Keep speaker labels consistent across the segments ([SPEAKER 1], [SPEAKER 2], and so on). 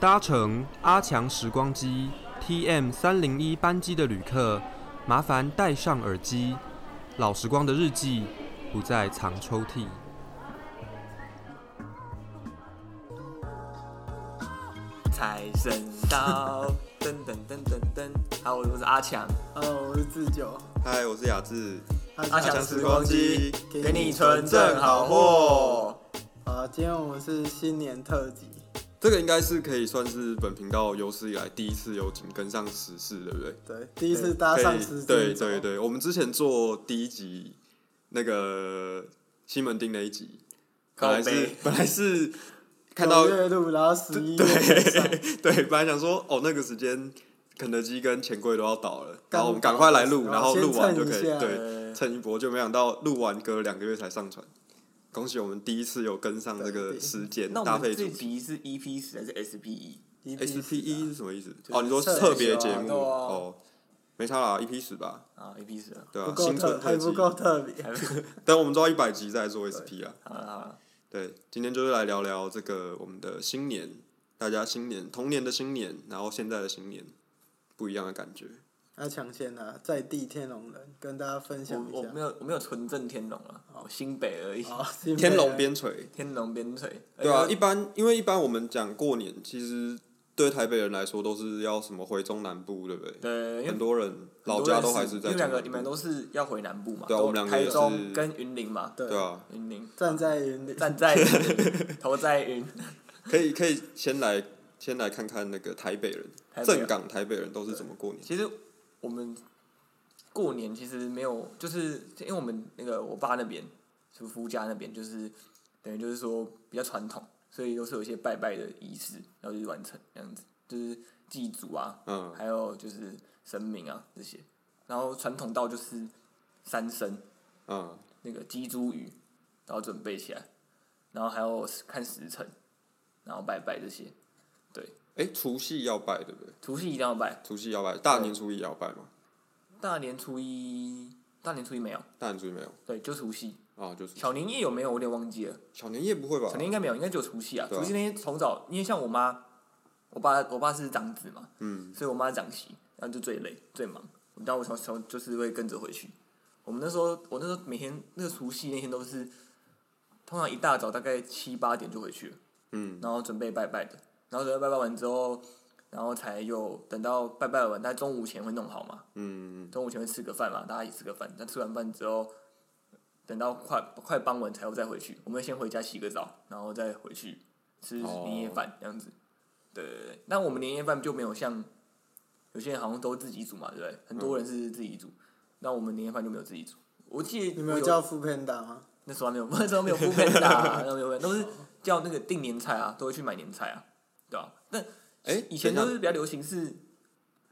[SPEAKER 1] 搭乘阿强时光机 TM 三零一班机的旅客，麻烦戴上耳机。老时光的日记不再藏抽屉。
[SPEAKER 2] 财神到，噔噔噔噔噔。好，我是阿强，
[SPEAKER 3] 哦，我是自九，
[SPEAKER 4] 嗨，我是雅志。
[SPEAKER 2] 阿
[SPEAKER 4] 强
[SPEAKER 2] 强
[SPEAKER 4] 时
[SPEAKER 2] 时
[SPEAKER 4] 光
[SPEAKER 2] 光
[SPEAKER 4] 机
[SPEAKER 2] 机
[SPEAKER 3] 给
[SPEAKER 2] 给
[SPEAKER 3] 你
[SPEAKER 2] 你
[SPEAKER 3] 纯
[SPEAKER 2] 纯
[SPEAKER 3] 正
[SPEAKER 2] 正好
[SPEAKER 3] 好
[SPEAKER 4] 货
[SPEAKER 2] 货。
[SPEAKER 3] 啊，今天我们是新年特辑，
[SPEAKER 4] 这个应该是可以算是本频道有史以来第一次有紧跟上时事，对不对？
[SPEAKER 3] 对，第一次搭
[SPEAKER 4] 可
[SPEAKER 3] 上
[SPEAKER 4] 以
[SPEAKER 3] 时间
[SPEAKER 4] 对
[SPEAKER 3] 轴
[SPEAKER 4] 对，对，我们之前做第一集那个西门町那一集，本来
[SPEAKER 2] 靠
[SPEAKER 4] 是
[SPEAKER 2] 北
[SPEAKER 4] 本来是看到
[SPEAKER 3] 九月录，然后十一月上，
[SPEAKER 4] 对， 本来想说哦那个时间肯德基跟钱柜都要倒了，然后我们
[SPEAKER 3] 刚
[SPEAKER 4] 赶
[SPEAKER 3] 倒
[SPEAKER 4] 快来
[SPEAKER 3] 的
[SPEAKER 4] 录，
[SPEAKER 3] 时候
[SPEAKER 4] 然后
[SPEAKER 3] 先
[SPEAKER 4] 录完
[SPEAKER 3] 蹭
[SPEAKER 4] 就
[SPEAKER 3] 一
[SPEAKER 4] 可以
[SPEAKER 3] 下
[SPEAKER 4] 对蹭一波，就没想到录完隔两个月才上传。恭喜我们第一次有跟上这
[SPEAKER 3] 对
[SPEAKER 4] 个
[SPEAKER 3] 对
[SPEAKER 4] 时间
[SPEAKER 2] 那我
[SPEAKER 4] 搭
[SPEAKER 2] 们
[SPEAKER 4] 配
[SPEAKER 2] 这
[SPEAKER 4] 主题。
[SPEAKER 2] 集是 EP 十还是 E？SPE？
[SPEAKER 3] 一
[SPEAKER 4] S P 一是什么意思？
[SPEAKER 3] E 是
[SPEAKER 4] 哦，你说
[SPEAKER 3] 特
[SPEAKER 4] 特别
[SPEAKER 3] 别
[SPEAKER 4] 节
[SPEAKER 3] 啊
[SPEAKER 4] 目
[SPEAKER 3] 对啊
[SPEAKER 4] 哦，没差啦，一 P 十吧，
[SPEAKER 2] 啊，EP 十啊。
[SPEAKER 4] 对
[SPEAKER 3] 不
[SPEAKER 4] 啊，
[SPEAKER 3] 够
[SPEAKER 4] 新
[SPEAKER 3] 特，
[SPEAKER 4] 春
[SPEAKER 3] 还
[SPEAKER 4] 特
[SPEAKER 3] 不
[SPEAKER 4] 辑，
[SPEAKER 3] 够特别，
[SPEAKER 4] 等我们做到一百集再做 S P 啊。
[SPEAKER 2] 好了好了，
[SPEAKER 4] 对，今天就是来聊聊这个我们的新年，大家新年童年的新年，然后现在的新年不一样的感觉。
[SPEAKER 3] 要抢先啊，在地天龙人跟大家分享
[SPEAKER 2] 我
[SPEAKER 3] 一
[SPEAKER 2] 我
[SPEAKER 3] 下
[SPEAKER 2] 没，有我没有纯正天龙啊，我新北而已。
[SPEAKER 3] 哦新北
[SPEAKER 4] 天龙
[SPEAKER 3] 人
[SPEAKER 4] 边陲，
[SPEAKER 2] 天龙边陲。哎
[SPEAKER 4] 对啊，
[SPEAKER 2] 而且
[SPEAKER 4] 一般因为一般我们讲过年，其实对台北人来说都是要什么回中南部，对不对？
[SPEAKER 2] 对，因为
[SPEAKER 4] 很多人老
[SPEAKER 2] 很多
[SPEAKER 4] 家
[SPEAKER 2] 人
[SPEAKER 4] 都还是
[SPEAKER 2] 因
[SPEAKER 4] 在
[SPEAKER 2] 为
[SPEAKER 4] 中
[SPEAKER 2] 两个
[SPEAKER 4] 南
[SPEAKER 2] 你们
[SPEAKER 4] 部，
[SPEAKER 2] 都是要回南部嘛，
[SPEAKER 4] 对啊
[SPEAKER 2] 都
[SPEAKER 4] 我们两个
[SPEAKER 2] 台
[SPEAKER 4] 也
[SPEAKER 2] 中
[SPEAKER 4] 是
[SPEAKER 2] 跟云林嘛，
[SPEAKER 3] 对
[SPEAKER 4] 对啊，
[SPEAKER 2] 云林
[SPEAKER 3] 站在云里，
[SPEAKER 2] 站 在云林，头在云，
[SPEAKER 4] 可以可以先来先来看看那个台北人，
[SPEAKER 2] 台北啊
[SPEAKER 4] 正港台北人都是怎么过年？
[SPEAKER 2] 其实我们过年其实没有，就是因为我们那个我爸那边，就夫家那边，就是等于就是说比较传统，所以都是有一些拜拜的仪式要去完成，这样子就是祭祖啊，
[SPEAKER 4] 嗯，
[SPEAKER 2] 还有就是神明啊这些，然后传统到就是三牲
[SPEAKER 4] 嗯，
[SPEAKER 2] 那个鸡猪鱼，然后准备起来，然后还有看时辰，然后拜拜这些，
[SPEAKER 4] 哎、除夕要拜对不对？
[SPEAKER 2] 除夕一定要拜，
[SPEAKER 4] 除夕要拜，大年初一也要拜嘛？
[SPEAKER 2] 大年初一大年初一没有，
[SPEAKER 4] 大年初一没有
[SPEAKER 2] 对，就除夕。
[SPEAKER 4] 啊，就是
[SPEAKER 2] 小年夜有没有？我有点忘记了。
[SPEAKER 4] 小年夜不会吧
[SPEAKER 2] 小？年应该没有，应该只有除夕啊。
[SPEAKER 4] 对啊
[SPEAKER 2] 除夕那天从早，因为像我妈，我爸我爸是长子嘛，
[SPEAKER 4] 嗯，
[SPEAKER 2] 所以我妈长媳，然后就最累最忙。然后我从从就是会跟着回去。我们那时候，我那时候每天那个除夕那天都是，通常一大早大概七八点就回去了，
[SPEAKER 4] 嗯，
[SPEAKER 2] 然后准备拜拜的，然后准备拜拜完之后，然后才有等到拜拜完，大概中午前会弄好嘛，
[SPEAKER 4] 嗯，
[SPEAKER 2] 中午前会吃个饭嘛，大家一起吃个饭。那吃完饭之后，等到快快傍晚才会再回去。我们先回家洗个澡，然后再回去吃
[SPEAKER 4] 哦
[SPEAKER 2] 年夜饭这样子。对对对，那我们年夜饭就没有像有些人好像都自己煮嘛，对不对？很多人
[SPEAKER 3] 嗯
[SPEAKER 2] 是自己煮，那我们年夜饭就没有自己煮。我记得
[SPEAKER 3] 你们
[SPEAKER 2] 我
[SPEAKER 3] 有叫副片打吗？
[SPEAKER 2] 那时候还没有， 那时候没有 f o o p a n d 那时候没有， 都是叫那个订年菜啊，都会去买年菜啊，对吧、那
[SPEAKER 4] 哎、
[SPEAKER 2] 以前
[SPEAKER 3] 啊
[SPEAKER 4] 等
[SPEAKER 2] 都
[SPEAKER 4] 一下
[SPEAKER 2] 是比较流行是，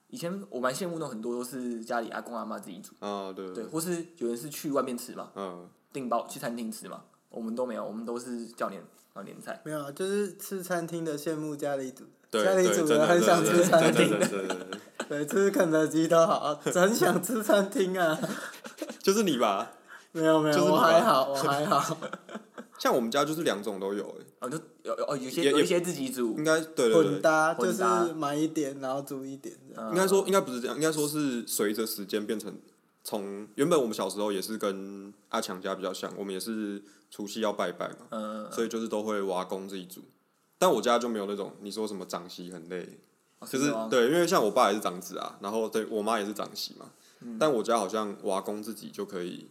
[SPEAKER 2] 以前我蛮羡慕那种很多都是家里阿公阿妈自己煮。
[SPEAKER 4] 啊，对
[SPEAKER 2] 对，，或是有人是去外面吃嘛，
[SPEAKER 4] 嗯，
[SPEAKER 2] 订包去餐厅吃嘛，我们都没有，我们都是叫年叫年菜。
[SPEAKER 3] 没有啊，就是吃餐厅的羡慕家里煮的，
[SPEAKER 4] 对
[SPEAKER 3] 家里
[SPEAKER 4] 对，
[SPEAKER 3] 煮
[SPEAKER 4] 真的
[SPEAKER 3] 很想
[SPEAKER 4] 真
[SPEAKER 3] 吃
[SPEAKER 4] 的
[SPEAKER 3] 餐
[SPEAKER 4] 真
[SPEAKER 3] 厅，
[SPEAKER 4] 的真的真的，
[SPEAKER 3] 对，吃肯德基都好，很想吃餐厅啊。
[SPEAKER 4] 就是你吧？
[SPEAKER 3] 没有没
[SPEAKER 4] 就
[SPEAKER 3] 有，
[SPEAKER 4] 是啊你吧
[SPEAKER 3] 我还好，我还好，
[SPEAKER 4] 像我们家就是两种都有、欸，
[SPEAKER 2] 哦，就有有哦，有些
[SPEAKER 4] 也
[SPEAKER 2] 有
[SPEAKER 4] 也
[SPEAKER 2] 一些自己煮
[SPEAKER 4] 应，该对对对
[SPEAKER 3] 混，搭就
[SPEAKER 2] 混
[SPEAKER 3] 是
[SPEAKER 2] 搭
[SPEAKER 3] 买一点，然后煮一点这样。
[SPEAKER 2] 嗯
[SPEAKER 4] 应该说应该不是这样，应该说是随着时间变成从原本我们小时候也是跟阿强家比较像，我们也是除夕要拜拜嘛，
[SPEAKER 2] 嗯，
[SPEAKER 4] 所以就是都会瓦工自己煮。但我家就没有那种你说什么长媳很累，
[SPEAKER 2] 哦
[SPEAKER 4] 就是
[SPEAKER 2] 吗
[SPEAKER 4] 对，因为像我爸也是长子啊，然后对我妈也是长媳嘛，
[SPEAKER 2] 嗯
[SPEAKER 4] 但我家好像瓦工自己就可以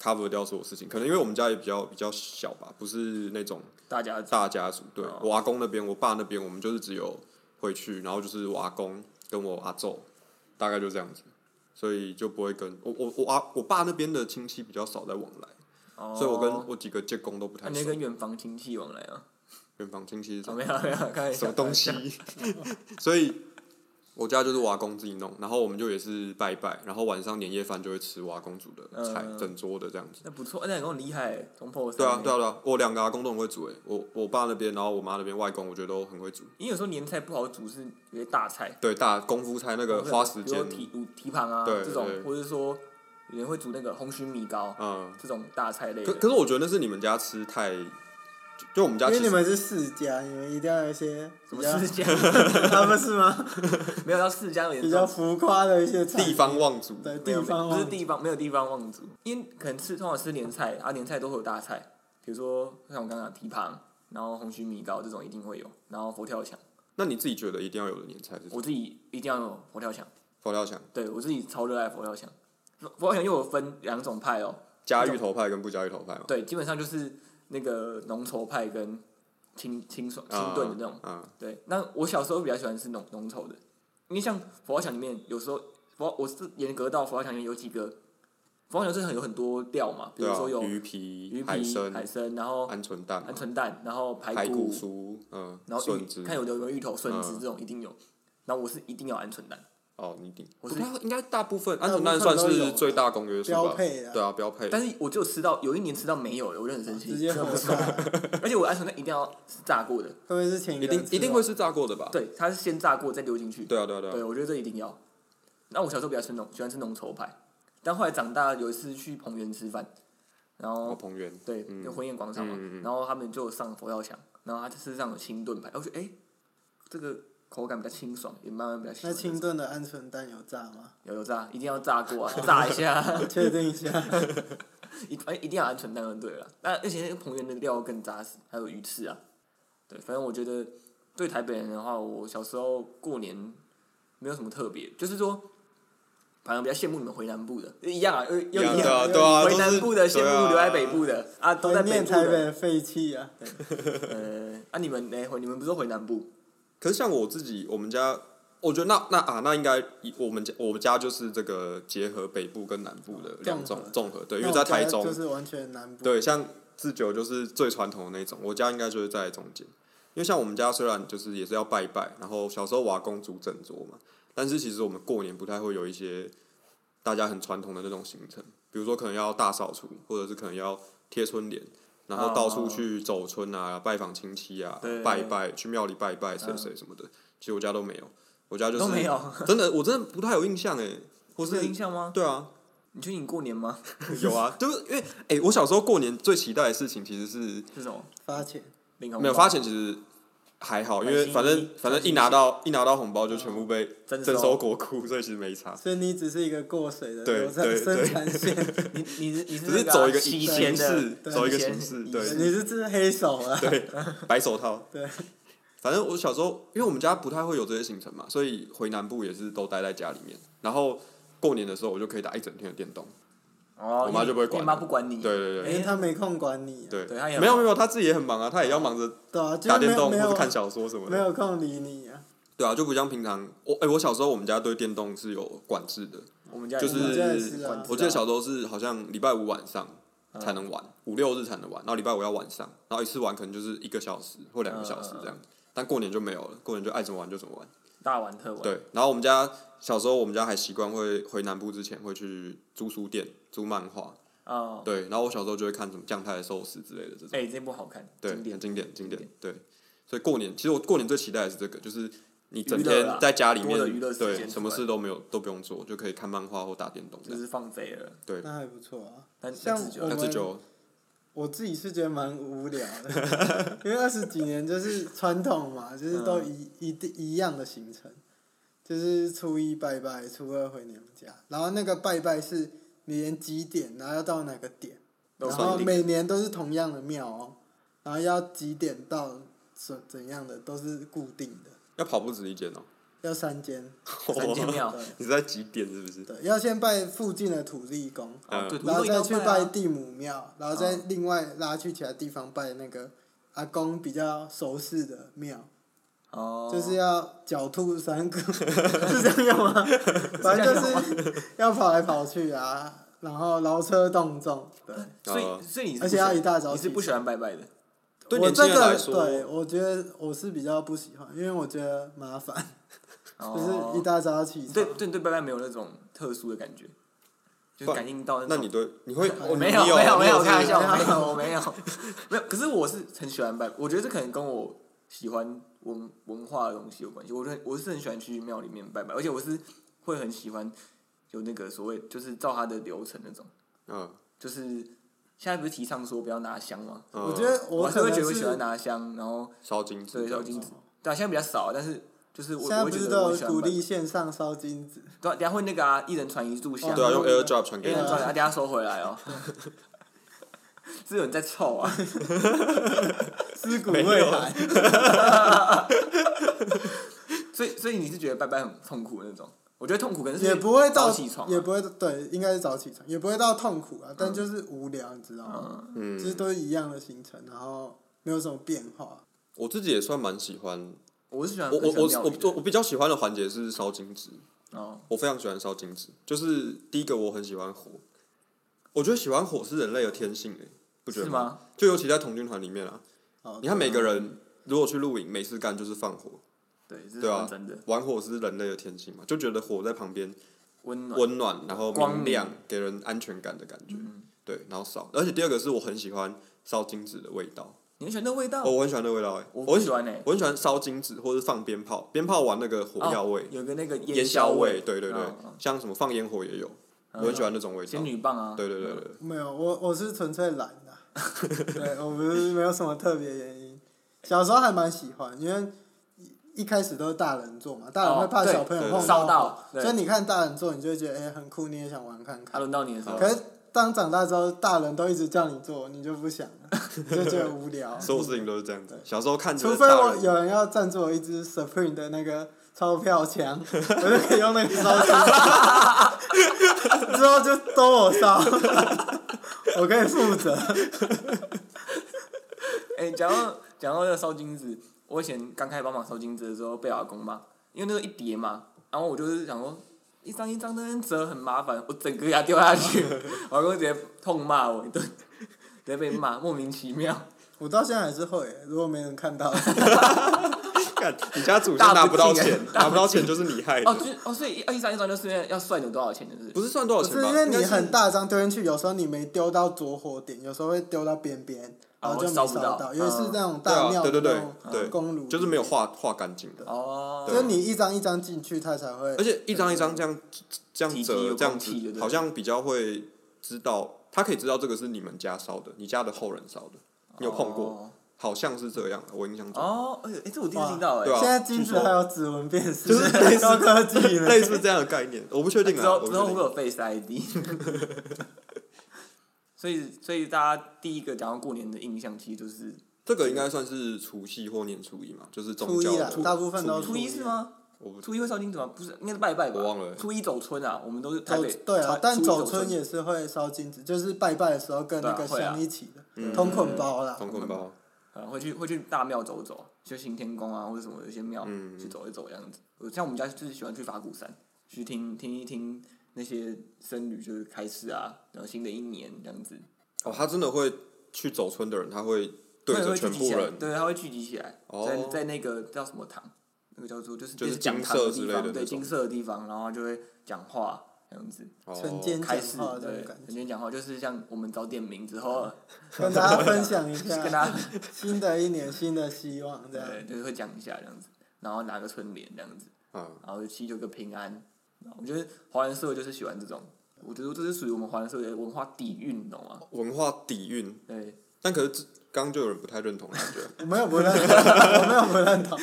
[SPEAKER 4] cover 掉所有事情，可能因为我们家也比较比较小吧，不是那种
[SPEAKER 2] 大家煮
[SPEAKER 4] 大家族，对、
[SPEAKER 2] 哦
[SPEAKER 4] 我阿公那边，我爸那边，我们就是只有回去，然后就是我阿公跟我阿昼，大概就这样子，所以就不会跟我我我阿我爸那边的亲戚比较少在往来，
[SPEAKER 2] 哦，
[SPEAKER 4] 所以我跟我几个舅公都不
[SPEAKER 2] 那
[SPEAKER 4] 太
[SPEAKER 2] 你
[SPEAKER 4] 熟
[SPEAKER 2] 会，跟远房亲戚往来啊？
[SPEAKER 4] 远房亲戚是什
[SPEAKER 2] 哦，
[SPEAKER 4] 么
[SPEAKER 2] 没有没有，开玩笑
[SPEAKER 4] 什么东西， 所以我家就是我阿公自己弄，然后我们就也是拜一拜，然后晚上年夜饭就会吃我阿公煮的菜，
[SPEAKER 2] 嗯
[SPEAKER 4] 整桌的这样子。
[SPEAKER 2] 那不错，那你跟我厉害，从破
[SPEAKER 4] 对啊，对啊，
[SPEAKER 2] 啊。
[SPEAKER 4] 对啊，我两个阿公都很会煮诶、我我爸那边，然后我妈那边，外公我觉得都很会煮。
[SPEAKER 2] 因为有时候年菜不好煮，是有些大菜，
[SPEAKER 4] 对，大功夫菜那
[SPEAKER 2] 哦
[SPEAKER 4] 个花时
[SPEAKER 2] 比如
[SPEAKER 4] 间
[SPEAKER 2] 说，蹄蹄膀啊
[SPEAKER 4] 对
[SPEAKER 2] 这种，
[SPEAKER 4] 对
[SPEAKER 2] 或者说有人会煮那个红曲米糕
[SPEAKER 4] 嗯，
[SPEAKER 2] 这种大菜类
[SPEAKER 4] 可
[SPEAKER 2] 的。
[SPEAKER 4] 可是我觉得那是你们家吃太，就就我们家
[SPEAKER 3] 因
[SPEAKER 4] 嗯其
[SPEAKER 3] 为你
[SPEAKER 4] 实
[SPEAKER 3] 们是世家，你们一定要有一些
[SPEAKER 2] 什
[SPEAKER 3] 比
[SPEAKER 2] 么
[SPEAKER 3] 较，
[SPEAKER 2] 世家？
[SPEAKER 3] 他们是吗？
[SPEAKER 2] 没有到世家的严
[SPEAKER 3] 比较
[SPEAKER 2] 重，
[SPEAKER 3] 浮夸的一些菜
[SPEAKER 4] 地方望族，
[SPEAKER 3] 对
[SPEAKER 2] 没有
[SPEAKER 3] 地
[SPEAKER 2] 没
[SPEAKER 3] 方
[SPEAKER 2] 有不是
[SPEAKER 3] 望
[SPEAKER 2] 地方没有地方望族，因为可能吃通常吃年菜啊，年菜都会有大菜，比如说像我刚刚讲蹄膀，然后红曲米糕这种一定会有，然后佛跳墙，什
[SPEAKER 4] 那你自己觉得一定要有的年菜是什么？
[SPEAKER 2] 我自己一定要有佛跳墙，
[SPEAKER 4] 佛跳墙，
[SPEAKER 2] 对我自己超热爱佛跳墙，佛佛跳墙又有分两种派哦，
[SPEAKER 4] 加芋头派跟不加芋头派嘛？
[SPEAKER 2] 对，基本上就是那个浓稠派跟清清爽清炖的那种。
[SPEAKER 4] 啊，
[SPEAKER 2] 对，那我小时候比较喜欢吃浓浓稠的，因为像佛跳墙里面有时候佛我是严格到佛跳墙里面有几个，佛跳墙是很有很多料嘛，比
[SPEAKER 4] 对
[SPEAKER 2] 如
[SPEAKER 4] 啊
[SPEAKER 2] 说有，
[SPEAKER 4] 鱼皮、
[SPEAKER 2] 鱼
[SPEAKER 4] 海
[SPEAKER 2] 皮、海
[SPEAKER 4] 参、
[SPEAKER 2] 参，然后
[SPEAKER 4] 鹌鹑蛋
[SPEAKER 2] 鹌、鹑蛋，然后排
[SPEAKER 4] 排
[SPEAKER 2] 骨
[SPEAKER 4] 骨，酥，嗯，
[SPEAKER 2] 然后
[SPEAKER 4] 笋
[SPEAKER 2] 鱼
[SPEAKER 4] 子，
[SPEAKER 2] 看有的有没有芋头、笋子
[SPEAKER 4] 嗯
[SPEAKER 2] 这种一定有，然后我是一定要鹌鹑蛋，
[SPEAKER 4] 哦，你顶，
[SPEAKER 2] 我是
[SPEAKER 4] 不太应该大部分
[SPEAKER 3] 大
[SPEAKER 4] 鹌
[SPEAKER 3] 部
[SPEAKER 4] 鹑
[SPEAKER 3] 分
[SPEAKER 4] 蛋算
[SPEAKER 3] 都有
[SPEAKER 4] 是
[SPEAKER 3] 啊
[SPEAKER 4] 最大公约数
[SPEAKER 3] 标
[SPEAKER 4] 吧？
[SPEAKER 3] 配啊
[SPEAKER 4] 对啊，标配。
[SPEAKER 2] 但是我就吃到有一年吃到没有了，我就很生
[SPEAKER 3] 直
[SPEAKER 2] 气，
[SPEAKER 3] 接火烧，会
[SPEAKER 2] 而且我鹌鹑蛋一定要是炸过的，
[SPEAKER 3] 不会是请人
[SPEAKER 4] 一定
[SPEAKER 3] 吃
[SPEAKER 4] 一定
[SPEAKER 3] 完
[SPEAKER 4] 会是炸过的吧？
[SPEAKER 2] 对，它是先炸过再丢进去，
[SPEAKER 4] 对啊，对啊，对啊。
[SPEAKER 2] 对，哦我觉得这一定要。那我小时候比较吃浓，喜欢吃浓稠派，但后来长大有一次去彭园吃饭，然
[SPEAKER 4] 哦，
[SPEAKER 2] 后
[SPEAKER 4] 彭源，
[SPEAKER 2] 对，
[SPEAKER 4] 嗯
[SPEAKER 2] 就婚宴广场嘛，
[SPEAKER 4] 嗯嗯嗯
[SPEAKER 2] 然后他们就上佛跳墙，然后他是上有清炖派，我觉得哎、这个口感比较清爽，也慢慢比较喜
[SPEAKER 3] 那
[SPEAKER 2] 欢
[SPEAKER 3] 清炖的鹌鹑蛋有炸 吗？
[SPEAKER 2] 有有炸，一定要炸过 啊，炸一下，
[SPEAKER 3] 确定一下，
[SPEAKER 2] 一哎一定要鹌鹑蛋就对了。那而且那个彭园的料更扎实，还有鱼翅啊，对，反正我觉得对台北人的话，我小时候过年没有什么特别，就是说。反正比较羡慕你们回南部的，一样啊，又又
[SPEAKER 4] 一样
[SPEAKER 2] 一
[SPEAKER 4] 的
[SPEAKER 2] 样
[SPEAKER 4] 啊
[SPEAKER 2] 啊，
[SPEAKER 4] 对啊
[SPEAKER 2] 回
[SPEAKER 4] 都
[SPEAKER 2] 南
[SPEAKER 4] 是
[SPEAKER 2] 部的羡
[SPEAKER 4] 对
[SPEAKER 2] 慕
[SPEAKER 4] 啊
[SPEAKER 2] 留在北部的啊，都在
[SPEAKER 3] 怀
[SPEAKER 2] 北
[SPEAKER 3] 念
[SPEAKER 2] 部
[SPEAKER 3] 台
[SPEAKER 2] 的
[SPEAKER 3] 北。的废气啊！
[SPEAKER 2] 呃，啊，你们哎、回你们不是回南部？
[SPEAKER 4] 可是像我自己，我们家，我觉得那那啊，那应该以我们家我们家就是这个结合北部跟南部的两种综合，对，因为
[SPEAKER 3] 那
[SPEAKER 4] 在
[SPEAKER 3] 我家
[SPEAKER 4] 台中
[SPEAKER 3] 就，是完全南部，
[SPEAKER 4] 对，像自酒就是最传统的那种，我家应该就是在中间。因为像我们家虽然就是也是要拜拜，然后小时候我阿公煮整桌嘛，但是其实我们过年不太会有一些大家很传统的那种行程，比如说可能要大扫除，或者是可能要贴春联，然后到处去走村啊、拜访亲戚啊
[SPEAKER 2] 哦对、
[SPEAKER 4] 拜一拜，去庙里拜一拜谁
[SPEAKER 2] 嗯
[SPEAKER 4] 谁什么的。其实我家都没有，我家就是
[SPEAKER 2] 都没有，
[SPEAKER 4] 真的我真的不太有印象 哎，或
[SPEAKER 2] 不是有
[SPEAKER 4] 是
[SPEAKER 2] 印象吗？
[SPEAKER 4] 对啊，
[SPEAKER 2] 你确定你过年 吗？
[SPEAKER 4] 有啊，就是因为哎、欸我小时候过年最期待的事情其实是
[SPEAKER 2] 是什么？
[SPEAKER 3] 发钱，
[SPEAKER 2] 领红包
[SPEAKER 4] 没有发钱，其实还好，因为反
[SPEAKER 2] 很
[SPEAKER 4] 正
[SPEAKER 2] 新
[SPEAKER 4] 反正一拿到一拿到红包就全部被
[SPEAKER 3] 嗯
[SPEAKER 2] 征
[SPEAKER 4] 征
[SPEAKER 2] 收
[SPEAKER 4] 收国库，所以其实没差。
[SPEAKER 3] 所以你只是一个过水的
[SPEAKER 4] 对
[SPEAKER 3] 流产
[SPEAKER 4] 对
[SPEAKER 3] 生
[SPEAKER 4] 对
[SPEAKER 3] 产线，
[SPEAKER 2] 你你是你是
[SPEAKER 4] 只是
[SPEAKER 2] 那
[SPEAKER 4] 走
[SPEAKER 2] 个
[SPEAKER 4] 一个
[SPEAKER 2] 洗
[SPEAKER 4] 形
[SPEAKER 2] 钱的
[SPEAKER 4] 式，走一个
[SPEAKER 2] 洗钱
[SPEAKER 4] 形式，
[SPEAKER 2] 仪
[SPEAKER 4] 对
[SPEAKER 2] 式
[SPEAKER 3] 你是这黑手啊！
[SPEAKER 4] 对，白手套。
[SPEAKER 3] 对，
[SPEAKER 4] 反正我小时候，因为我们家不太会有这些行程嘛，所以回南部也是都待在家里面。然后过年的时候，我就可以打一整天的电动。
[SPEAKER 2] 哦，
[SPEAKER 4] 我妈就不会管
[SPEAKER 2] 你妈不管你，
[SPEAKER 4] 对对
[SPEAKER 3] 因
[SPEAKER 4] 对
[SPEAKER 3] 为他没空管你啊，
[SPEAKER 4] 对
[SPEAKER 2] 对她也很
[SPEAKER 4] 没有
[SPEAKER 2] 忙
[SPEAKER 4] 没有，她自己也很忙啊，她也要忙着
[SPEAKER 3] 对啊，就是
[SPEAKER 4] 打
[SPEAKER 3] 没
[SPEAKER 4] 电
[SPEAKER 3] 有
[SPEAKER 4] 动
[SPEAKER 3] 没
[SPEAKER 4] 或
[SPEAKER 3] 有
[SPEAKER 4] 是看小说什么
[SPEAKER 3] 没
[SPEAKER 4] 的。
[SPEAKER 3] 有空理你啊！
[SPEAKER 4] 对啊，就不像平常我哎、我小时候我们家对电动是有管制的，
[SPEAKER 2] 我们家
[SPEAKER 4] 就
[SPEAKER 3] 我们家也是
[SPEAKER 4] 是
[SPEAKER 3] 啊
[SPEAKER 2] 管制
[SPEAKER 4] 我记得小时候是好像礼拜五晚上才能
[SPEAKER 2] 嗯
[SPEAKER 4] 玩，五六日才能玩，然后礼拜五要晚上，然后一次玩可能就是一个小时或两个小时这
[SPEAKER 2] 嗯
[SPEAKER 4] 样。但过年就没有了，过年就爱怎么玩就怎么玩。
[SPEAKER 2] 大玩特玩，
[SPEAKER 4] 对，然后我们家小时候我们家还习惯会回南部之前会去租书店租漫画，
[SPEAKER 2] 啊，
[SPEAKER 4] 对，然后我小时候就会看什么酱太的寿司之类的这种，
[SPEAKER 2] 哎，这部好看，
[SPEAKER 4] 对，
[SPEAKER 2] 经典
[SPEAKER 4] 很经典经典
[SPEAKER 2] 典，
[SPEAKER 4] 对。所以过年其实我过年最期待的是这个，就是你整
[SPEAKER 2] 娱乐啦
[SPEAKER 4] 天在家里面
[SPEAKER 2] 多的娱乐时间
[SPEAKER 4] 对
[SPEAKER 2] 出
[SPEAKER 4] 什么
[SPEAKER 2] 来
[SPEAKER 4] 事都没有都不用做，就可以看漫画或打电动这
[SPEAKER 2] 就
[SPEAKER 4] 样。
[SPEAKER 2] 是放飞了，
[SPEAKER 4] 对，
[SPEAKER 3] 那还不错啊。
[SPEAKER 2] 但
[SPEAKER 3] 像
[SPEAKER 2] 但自觉
[SPEAKER 3] 我
[SPEAKER 4] 那这就
[SPEAKER 3] 我自己是觉得蛮无聊 的，因为二十几年就是传统嘛，就是都一
[SPEAKER 2] 嗯
[SPEAKER 3] 一定一样的行程，就是初一拜拜，初二回娘家，然后那个拜拜是你连几点，然后要到哪个点，
[SPEAKER 2] 都
[SPEAKER 3] 然
[SPEAKER 2] 算
[SPEAKER 3] 后
[SPEAKER 2] 定
[SPEAKER 3] 每年都是同样的庙哦，然后要几点到怎怎样的都是固定的，
[SPEAKER 4] 要跑步止一间哦。
[SPEAKER 3] 要三间，
[SPEAKER 2] 三间庙，
[SPEAKER 3] 对
[SPEAKER 4] 你是在几点是不嗯是？
[SPEAKER 3] 对，要先拜附近的土地公，
[SPEAKER 2] 哦对，
[SPEAKER 3] 然后再去
[SPEAKER 2] 啊
[SPEAKER 3] 拜
[SPEAKER 2] 哦
[SPEAKER 3] 地母庙，然后再另外拉去其他地方拜那个阿公比较熟识的庙，
[SPEAKER 2] 哦，
[SPEAKER 3] 就是要狡兔三窟， 是这样用 吗？反正就是要跑来跑去啊，然后劳车动众。对，
[SPEAKER 2] 所
[SPEAKER 4] 呃
[SPEAKER 2] 以所以你是
[SPEAKER 3] 而
[SPEAKER 2] 不
[SPEAKER 3] 且
[SPEAKER 2] 喜欢
[SPEAKER 3] 要一大早
[SPEAKER 2] 你是
[SPEAKER 3] 起
[SPEAKER 2] 不喜欢拜拜的，
[SPEAKER 4] 对
[SPEAKER 3] 我
[SPEAKER 4] 年轻
[SPEAKER 3] 这
[SPEAKER 4] 人来
[SPEAKER 3] 个
[SPEAKER 4] 说，
[SPEAKER 3] 对我觉得我是比较不喜欢，因为我觉得麻 烦，就是一
[SPEAKER 2] 哦，
[SPEAKER 3] 大早起
[SPEAKER 2] 对
[SPEAKER 3] 床。
[SPEAKER 2] 对你对拜拜没有那种特殊的感觉，就是
[SPEAKER 4] 不
[SPEAKER 2] 感应到那
[SPEAKER 4] 那
[SPEAKER 2] 种
[SPEAKER 4] 你对你 会
[SPEAKER 2] 我
[SPEAKER 4] 我
[SPEAKER 2] 没有
[SPEAKER 4] 有
[SPEAKER 2] 没有
[SPEAKER 4] 你
[SPEAKER 2] 没有
[SPEAKER 4] 这
[SPEAKER 2] 开玩
[SPEAKER 4] 个
[SPEAKER 2] 笑，我没有我没有 没有。可是我是很喜欢拜，我觉得这可能跟我喜欢文文化的东西有关系。我很我是很喜欢去庙里面拜拜，而且我是会很喜欢有那个所谓就是照他的流程那种，
[SPEAKER 4] 嗯，
[SPEAKER 2] 就是现在不是提倡说不要拿香吗？
[SPEAKER 4] 嗯
[SPEAKER 3] 我觉得
[SPEAKER 2] 哦我还是
[SPEAKER 3] 可
[SPEAKER 2] 会
[SPEAKER 3] 能
[SPEAKER 2] 觉
[SPEAKER 3] 是
[SPEAKER 2] 得会喜欢啊拿香，然后
[SPEAKER 4] 烧金纸
[SPEAKER 2] 对
[SPEAKER 4] 这
[SPEAKER 2] 烧
[SPEAKER 4] 样子，
[SPEAKER 2] 金纸，对啊，现在比较少，但是就是我
[SPEAKER 3] 现
[SPEAKER 2] 我
[SPEAKER 3] 在
[SPEAKER 2] 会
[SPEAKER 3] 不
[SPEAKER 2] 觉
[SPEAKER 3] 是
[SPEAKER 2] 得
[SPEAKER 3] 都
[SPEAKER 2] 我
[SPEAKER 3] 有
[SPEAKER 2] 喜欢
[SPEAKER 3] 鼓
[SPEAKER 2] 买，
[SPEAKER 3] 励线上烧 金纸？
[SPEAKER 2] 对啊，等一下会那个啊，一人传一炷香，
[SPEAKER 4] 对啊，用
[SPEAKER 3] 然后
[SPEAKER 4] AirDrop 传
[SPEAKER 2] 一
[SPEAKER 4] 给
[SPEAKER 2] 人
[SPEAKER 4] 他，
[SPEAKER 2] 传，然后等一下收回来哦。 是有人在臭啊！
[SPEAKER 3] 尸骨未寒，
[SPEAKER 2] 所以，所以你是觉得拜拜很痛苦的那种？我觉得痛苦可能是
[SPEAKER 3] 也不会到
[SPEAKER 2] 早起床啊
[SPEAKER 3] 也不会对，应该是早起床，也不会到痛苦啊，但就是无聊，你知道吗？
[SPEAKER 2] 嗯，
[SPEAKER 3] 其实
[SPEAKER 4] 嗯，
[SPEAKER 3] 都是一样的行程，然后没有什么变化。
[SPEAKER 4] 我自己也算蛮喜欢，
[SPEAKER 2] 我是喜欢
[SPEAKER 4] 我我
[SPEAKER 2] 很喜欢庙
[SPEAKER 4] 我我
[SPEAKER 2] 宇的
[SPEAKER 4] 我我比较喜欢的环节是烧金纸，
[SPEAKER 2] 哦，
[SPEAKER 4] 我非常喜欢烧金纸，就是第一个我很喜欢火，我觉得喜欢火是人类的天性诶、欸不觉
[SPEAKER 2] 是
[SPEAKER 4] 得？
[SPEAKER 2] 吗？
[SPEAKER 4] 就尤其在童军团里面啊，
[SPEAKER 3] 哦
[SPEAKER 4] 你看每个人如果去露营，没事干就是放火，
[SPEAKER 2] 对，这是
[SPEAKER 4] 对啊
[SPEAKER 2] 真的
[SPEAKER 4] 玩火是人类的天性嘛，就觉得火在旁边
[SPEAKER 2] 温暖。
[SPEAKER 4] 温暖，然后
[SPEAKER 2] 光
[SPEAKER 4] 明
[SPEAKER 2] 明嗯
[SPEAKER 4] 亮，给人安全感的感觉。对，然后烧，而且第二个是我很喜欢烧金纸的味道，
[SPEAKER 2] 你很喜欢那味道？
[SPEAKER 4] 哦，我很喜欢那味道、欸，
[SPEAKER 2] 我
[SPEAKER 4] 我
[SPEAKER 2] 不
[SPEAKER 4] 很喜
[SPEAKER 2] 喜欢诶、
[SPEAKER 4] 我很喜欢烧金纸或是放鞭炮，鞭炮玩那个火药味、
[SPEAKER 2] 哦有个那个
[SPEAKER 4] 烟
[SPEAKER 2] 硝
[SPEAKER 4] 硝味，对对对，
[SPEAKER 2] 嗯嗯
[SPEAKER 4] 像什么放烟火也有，我很喜欢那种味道
[SPEAKER 2] 仙。女棒啊，
[SPEAKER 4] 对对对对，
[SPEAKER 3] 没有，我我是纯粹懒的、 对我不是没有什么特别原因。小时候还蛮喜欢，因为一一开始都是大人做嘛，大人会怕小朋友
[SPEAKER 4] 对
[SPEAKER 3] 碰
[SPEAKER 2] 哦烧
[SPEAKER 3] 到
[SPEAKER 2] 到，
[SPEAKER 3] 火，
[SPEAKER 2] 对啊
[SPEAKER 3] 所以你看大人做，你就会觉得哎、很酷，你也想玩看
[SPEAKER 2] 他
[SPEAKER 3] 看。
[SPEAKER 2] 轮到你
[SPEAKER 4] 哦
[SPEAKER 2] 的时候，
[SPEAKER 3] 可是当长大之后，大人都一直叫你做，你就不想了，你就觉得 无聊。
[SPEAKER 4] 所有事情都是这样子。小时候看
[SPEAKER 3] 除
[SPEAKER 4] 着
[SPEAKER 3] 非
[SPEAKER 4] 大
[SPEAKER 3] 我
[SPEAKER 4] 人，
[SPEAKER 3] 有人要赞助我一支 Supreme 的那个钞票枪， 我就可以用那个烧钱，之后就都我烧， 我可以负责。
[SPEAKER 2] 哎，讲到讲到那个烧金子，我以前刚开始帮忙烧金子的时候被我阿公骂，因为那个一叠嘛，然后我就是想说一张一张的折很麻烦，我整个给它丢下去， 我阿公直接痛骂我一顿，直接被骂，莫名其妙。
[SPEAKER 3] 我到现在还是会，如果没人看到，
[SPEAKER 4] 干你家祖先拿不到
[SPEAKER 2] 大不敬
[SPEAKER 4] 钱，拿不到钱就是你害
[SPEAKER 2] 哦，
[SPEAKER 4] 的，
[SPEAKER 2] 就是哦，所以一一张一张就是因为要算有多少钱，就是
[SPEAKER 4] 不是算多少
[SPEAKER 3] 不
[SPEAKER 4] 钱
[SPEAKER 3] 是
[SPEAKER 4] 吧？
[SPEAKER 3] 因为
[SPEAKER 4] 应该
[SPEAKER 3] 你
[SPEAKER 4] 是
[SPEAKER 3] 很大张丢进去，有时候你没丢到着火点，有时候会丢到边边，
[SPEAKER 4] 啊
[SPEAKER 3] 然后就没
[SPEAKER 2] 烧
[SPEAKER 3] 烧
[SPEAKER 2] 不到
[SPEAKER 3] 尤其是那种大
[SPEAKER 4] 对啊
[SPEAKER 3] 庙
[SPEAKER 4] 对
[SPEAKER 3] 的
[SPEAKER 4] 对对
[SPEAKER 3] 那
[SPEAKER 4] 对
[SPEAKER 3] 种呃公炉，
[SPEAKER 4] 就是没有，化化干净的，
[SPEAKER 2] 哦，
[SPEAKER 3] 就是你一张一张进去，它才会
[SPEAKER 4] 而。且一张一张这样这样
[SPEAKER 2] 体积
[SPEAKER 4] 折
[SPEAKER 2] 有
[SPEAKER 4] 这样
[SPEAKER 2] 空气
[SPEAKER 4] 子
[SPEAKER 2] 的，对
[SPEAKER 4] 好像比较会知道，他可以知道这个是你们家烧的，你家的后人烧的，你有碰过？好像是这样，我印象中
[SPEAKER 2] 哦，哎、这我第一次听到哎、
[SPEAKER 4] 对啊
[SPEAKER 3] 现在金
[SPEAKER 4] 据
[SPEAKER 3] 子
[SPEAKER 4] 说
[SPEAKER 3] 还有指纹辨识，
[SPEAKER 4] 就是类似
[SPEAKER 3] 高科技了。
[SPEAKER 4] 类似这样的概 念，我不确定
[SPEAKER 2] 之
[SPEAKER 4] 啊，
[SPEAKER 2] 后
[SPEAKER 4] 我不
[SPEAKER 2] 之
[SPEAKER 4] 确
[SPEAKER 2] 后会
[SPEAKER 4] 定。
[SPEAKER 2] 有 Face ID。所以，所以大家第一个讲到过年的印象，其实就是
[SPEAKER 4] 这个应该算是除夕或年初一嘛，就是宗
[SPEAKER 3] 初
[SPEAKER 4] 教
[SPEAKER 3] 一啊
[SPEAKER 4] 的，，
[SPEAKER 3] 大部分都
[SPEAKER 2] 初一是吗？
[SPEAKER 4] 我不
[SPEAKER 2] 初一会烧金纸吗？不是，应该是拜拜吧。
[SPEAKER 4] 我忘了
[SPEAKER 2] 初一走春啊，我们都是台
[SPEAKER 3] 走
[SPEAKER 2] 北。
[SPEAKER 3] 对啊
[SPEAKER 2] 传，
[SPEAKER 3] 但
[SPEAKER 2] 初一
[SPEAKER 3] 走
[SPEAKER 2] 春
[SPEAKER 3] 春也是会烧金纸，就是拜拜的时候跟那
[SPEAKER 2] 对
[SPEAKER 3] 个
[SPEAKER 2] 啊会啊
[SPEAKER 3] 香一起的
[SPEAKER 4] 嗯
[SPEAKER 3] 通捆包啦。
[SPEAKER 4] 同捆包，
[SPEAKER 2] 呃会去会去大庙走走，就行天宫啊或者什么有一些庙、
[SPEAKER 4] 嗯
[SPEAKER 2] 去走一走这样子。我像我们家就是喜欢去法鼓山，去听听一听那些僧侣就是开示啊，然后新的一年这样子，
[SPEAKER 4] 哦，他真的会去走村的人，他会对
[SPEAKER 2] 会
[SPEAKER 4] 着
[SPEAKER 2] 会聚
[SPEAKER 4] 全
[SPEAKER 2] 集
[SPEAKER 4] 部
[SPEAKER 2] 起来，
[SPEAKER 4] 人，
[SPEAKER 2] 对，他会聚集起来，
[SPEAKER 4] 哦
[SPEAKER 2] 在在那个叫什么堂，那个叫做就是
[SPEAKER 4] 就是
[SPEAKER 2] 类似讲
[SPEAKER 4] 金
[SPEAKER 2] 堂的
[SPEAKER 4] 色之
[SPEAKER 2] 地
[SPEAKER 4] 类的
[SPEAKER 2] 方，
[SPEAKER 4] 那
[SPEAKER 2] 对，
[SPEAKER 4] 种
[SPEAKER 2] 金色的地方，然后就会讲话这样子，
[SPEAKER 4] 哦
[SPEAKER 3] 晨间
[SPEAKER 2] 开
[SPEAKER 3] 讲
[SPEAKER 2] 始
[SPEAKER 3] 话这
[SPEAKER 2] 对
[SPEAKER 3] 种感，啊
[SPEAKER 2] 人间讲话就是像我们找点名之 后，
[SPEAKER 3] 跟大家分享一
[SPEAKER 2] 跟
[SPEAKER 3] 下
[SPEAKER 2] 大家
[SPEAKER 3] 新的一年新的希望，这样
[SPEAKER 2] 对，就是会讲一下这样子，然后拿个春联这样子，
[SPEAKER 4] 啊，
[SPEAKER 2] 然后祈求个平安。我觉得华人社会就是喜欢这种，我觉得这是属于我们华人社会的文化底蕴，你懂吗？
[SPEAKER 4] 文化底蕴。
[SPEAKER 2] 对，
[SPEAKER 4] 但可是这刚刚就有人不太认同了，我觉得
[SPEAKER 3] 我没有不认同，我没有不认同，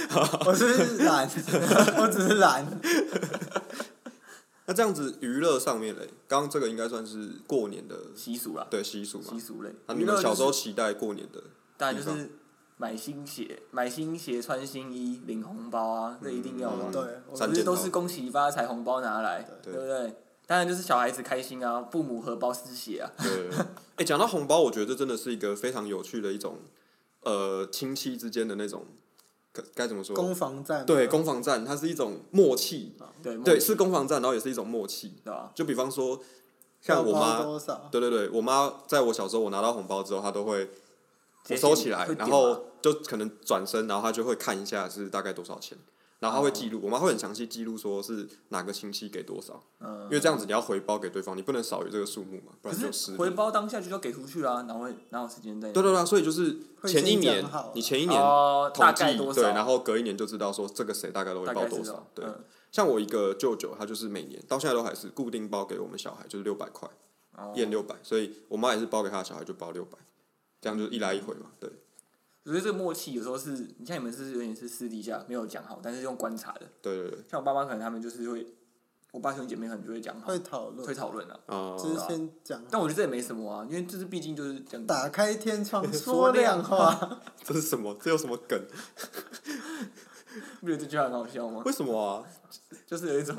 [SPEAKER 3] 我是懒， 我只是懒。
[SPEAKER 4] 那这样子娱乐上面嘞，刚刚这个应该算是过年的
[SPEAKER 2] 习俗啦，
[SPEAKER 4] 对习俗
[SPEAKER 2] 习
[SPEAKER 4] 嘛。
[SPEAKER 2] 俗类。
[SPEAKER 4] 那
[SPEAKER 2] 娱
[SPEAKER 4] 你
[SPEAKER 2] 乐
[SPEAKER 4] 们小时候
[SPEAKER 2] 就是
[SPEAKER 4] 期待过年的
[SPEAKER 2] 当然就
[SPEAKER 4] 地
[SPEAKER 2] 是买新鞋、买新鞋、穿新衣、领红包啊，这一定要
[SPEAKER 4] 嗯
[SPEAKER 2] 的。
[SPEAKER 3] 对，我
[SPEAKER 4] 三
[SPEAKER 2] 不
[SPEAKER 4] 件
[SPEAKER 2] 是
[SPEAKER 4] 套
[SPEAKER 2] 都是恭喜发财，红包拿来，
[SPEAKER 4] 对
[SPEAKER 2] 对不对？当然就是小孩子开心啊，父母荷包失血啊，
[SPEAKER 4] 对，哎、讲到红包，我觉得这真的是一个非常有趣的一种，呃，亲戚之间的那种，该该怎么说？
[SPEAKER 3] 攻防战，
[SPEAKER 4] 对，攻防战，它是一种默契，
[SPEAKER 2] 对
[SPEAKER 4] 对，
[SPEAKER 2] 对
[SPEAKER 4] 是攻防战，然后也是一种默契。
[SPEAKER 2] 对吧？
[SPEAKER 4] 就比方说，
[SPEAKER 3] 要
[SPEAKER 4] 像我
[SPEAKER 3] 包
[SPEAKER 4] 妈，
[SPEAKER 3] 多少？
[SPEAKER 4] 对对对，我妈在我小时候，我拿到红包之后，她都会我
[SPEAKER 2] 直接
[SPEAKER 4] 收起来
[SPEAKER 2] 会，
[SPEAKER 4] 然
[SPEAKER 2] 点嘛
[SPEAKER 4] 后就可能转身，然后她就会看一下是大概多少钱，然后她会记
[SPEAKER 2] 哦
[SPEAKER 4] 录，我妈会很详细记录说是哪个亲戚给多少，因
[SPEAKER 2] 嗯，
[SPEAKER 4] 为这样子你要回包给对方，你不能少于这个数目嘛，不
[SPEAKER 2] 可
[SPEAKER 4] 然就失
[SPEAKER 2] 是
[SPEAKER 4] 礼。
[SPEAKER 2] 回包当下就要给出去啦，哪会哪有时间在？
[SPEAKER 4] 对对对啊，所以就是
[SPEAKER 3] 会
[SPEAKER 4] 前一
[SPEAKER 3] 先讲
[SPEAKER 4] 年
[SPEAKER 3] 好啊，
[SPEAKER 4] 你前一年
[SPEAKER 2] 哦，大
[SPEAKER 4] 统计
[SPEAKER 2] 概多少？
[SPEAKER 4] 对，然后隔一年就知道说这个谁大概都会
[SPEAKER 2] 大
[SPEAKER 4] 报
[SPEAKER 2] 概
[SPEAKER 4] 多
[SPEAKER 2] 知
[SPEAKER 4] 少
[SPEAKER 2] 道。，
[SPEAKER 4] 对，
[SPEAKER 2] 嗯
[SPEAKER 4] 像我一个舅舅，他就是每年到现在都还是固定包给我们小孩就是六百块，
[SPEAKER 2] 哦
[SPEAKER 4] 验六百，所以我妈也是包给她的小孩就包六百，这样就一来一回嘛，对，
[SPEAKER 2] 我觉得这个默契有时候是，你像你们是有点是私底下没有讲好，但是用观察的。
[SPEAKER 4] 对对对，
[SPEAKER 2] 像我爸妈可能他们就是会，我爸兄弟姐妹可能就会讲好
[SPEAKER 3] 会，讨
[SPEAKER 2] 会
[SPEAKER 3] 论，
[SPEAKER 2] 讨论啊。
[SPEAKER 4] 啊、
[SPEAKER 3] 只是先讲，
[SPEAKER 2] 但我觉得这也没什么啊，因为就是毕竟就是这样子。
[SPEAKER 3] 打开天 窗
[SPEAKER 2] 说
[SPEAKER 3] 说亮
[SPEAKER 2] 亮
[SPEAKER 3] 话，
[SPEAKER 4] 这是什么？这有什么梗？
[SPEAKER 2] 不觉得这句话很好笑吗？
[SPEAKER 4] 为什么啊？
[SPEAKER 2] 就是有一 种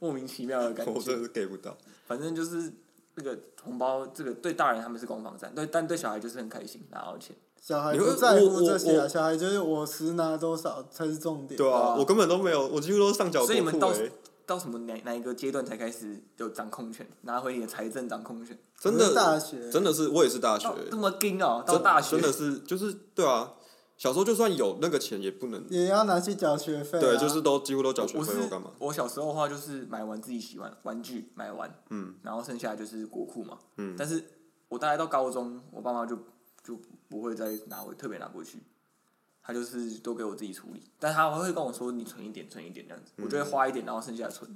[SPEAKER 2] 莫名其妙的感
[SPEAKER 4] 我真
[SPEAKER 2] 觉。
[SPEAKER 4] 的是 get 不到。
[SPEAKER 2] 反正就是那个红包，这个对大人他们是攻防战，对，但对小孩就是很开心拿到钱。
[SPEAKER 3] 小孩
[SPEAKER 4] 你
[SPEAKER 3] 不
[SPEAKER 4] 会
[SPEAKER 3] 在
[SPEAKER 4] 我
[SPEAKER 3] 乎
[SPEAKER 4] 我
[SPEAKER 3] 这些啊，
[SPEAKER 4] 我
[SPEAKER 3] 小孩就是我实拿多少才是重点。
[SPEAKER 4] 对啊，
[SPEAKER 2] 啊
[SPEAKER 4] 我根本都没有，我几乎都是上脚
[SPEAKER 2] 所以你
[SPEAKER 4] 多
[SPEAKER 2] 们
[SPEAKER 4] 裤
[SPEAKER 2] 到
[SPEAKER 4] 欸
[SPEAKER 2] 到什么哪哪一个阶段才开始有掌控权，拿回你的财政掌控权？
[SPEAKER 4] 真
[SPEAKER 3] 我是大
[SPEAKER 4] 的
[SPEAKER 3] 学
[SPEAKER 4] 真的是我也是大学
[SPEAKER 2] 到，这么硬哦，到
[SPEAKER 4] 真
[SPEAKER 2] 大学
[SPEAKER 4] 真的是就是对啊，小时候就算有那个钱也不能，
[SPEAKER 3] 也要拿去缴学费、啊。
[SPEAKER 4] 对，就是都几乎都缴学
[SPEAKER 2] 我
[SPEAKER 4] 费，我
[SPEAKER 2] 是
[SPEAKER 4] 干嘛？
[SPEAKER 2] 我小时候的话就是买完自己喜欢玩具买完，
[SPEAKER 4] 嗯，
[SPEAKER 2] 然后剩下就是国库嘛，
[SPEAKER 4] 嗯
[SPEAKER 2] 但是我大概到高中，我爸妈就就不会再拿回特别拿过去，他就是都给我自己处理，但他还会跟我说你存一点存一点这样子，
[SPEAKER 4] 嗯
[SPEAKER 2] 我就会花一点，然后剩下存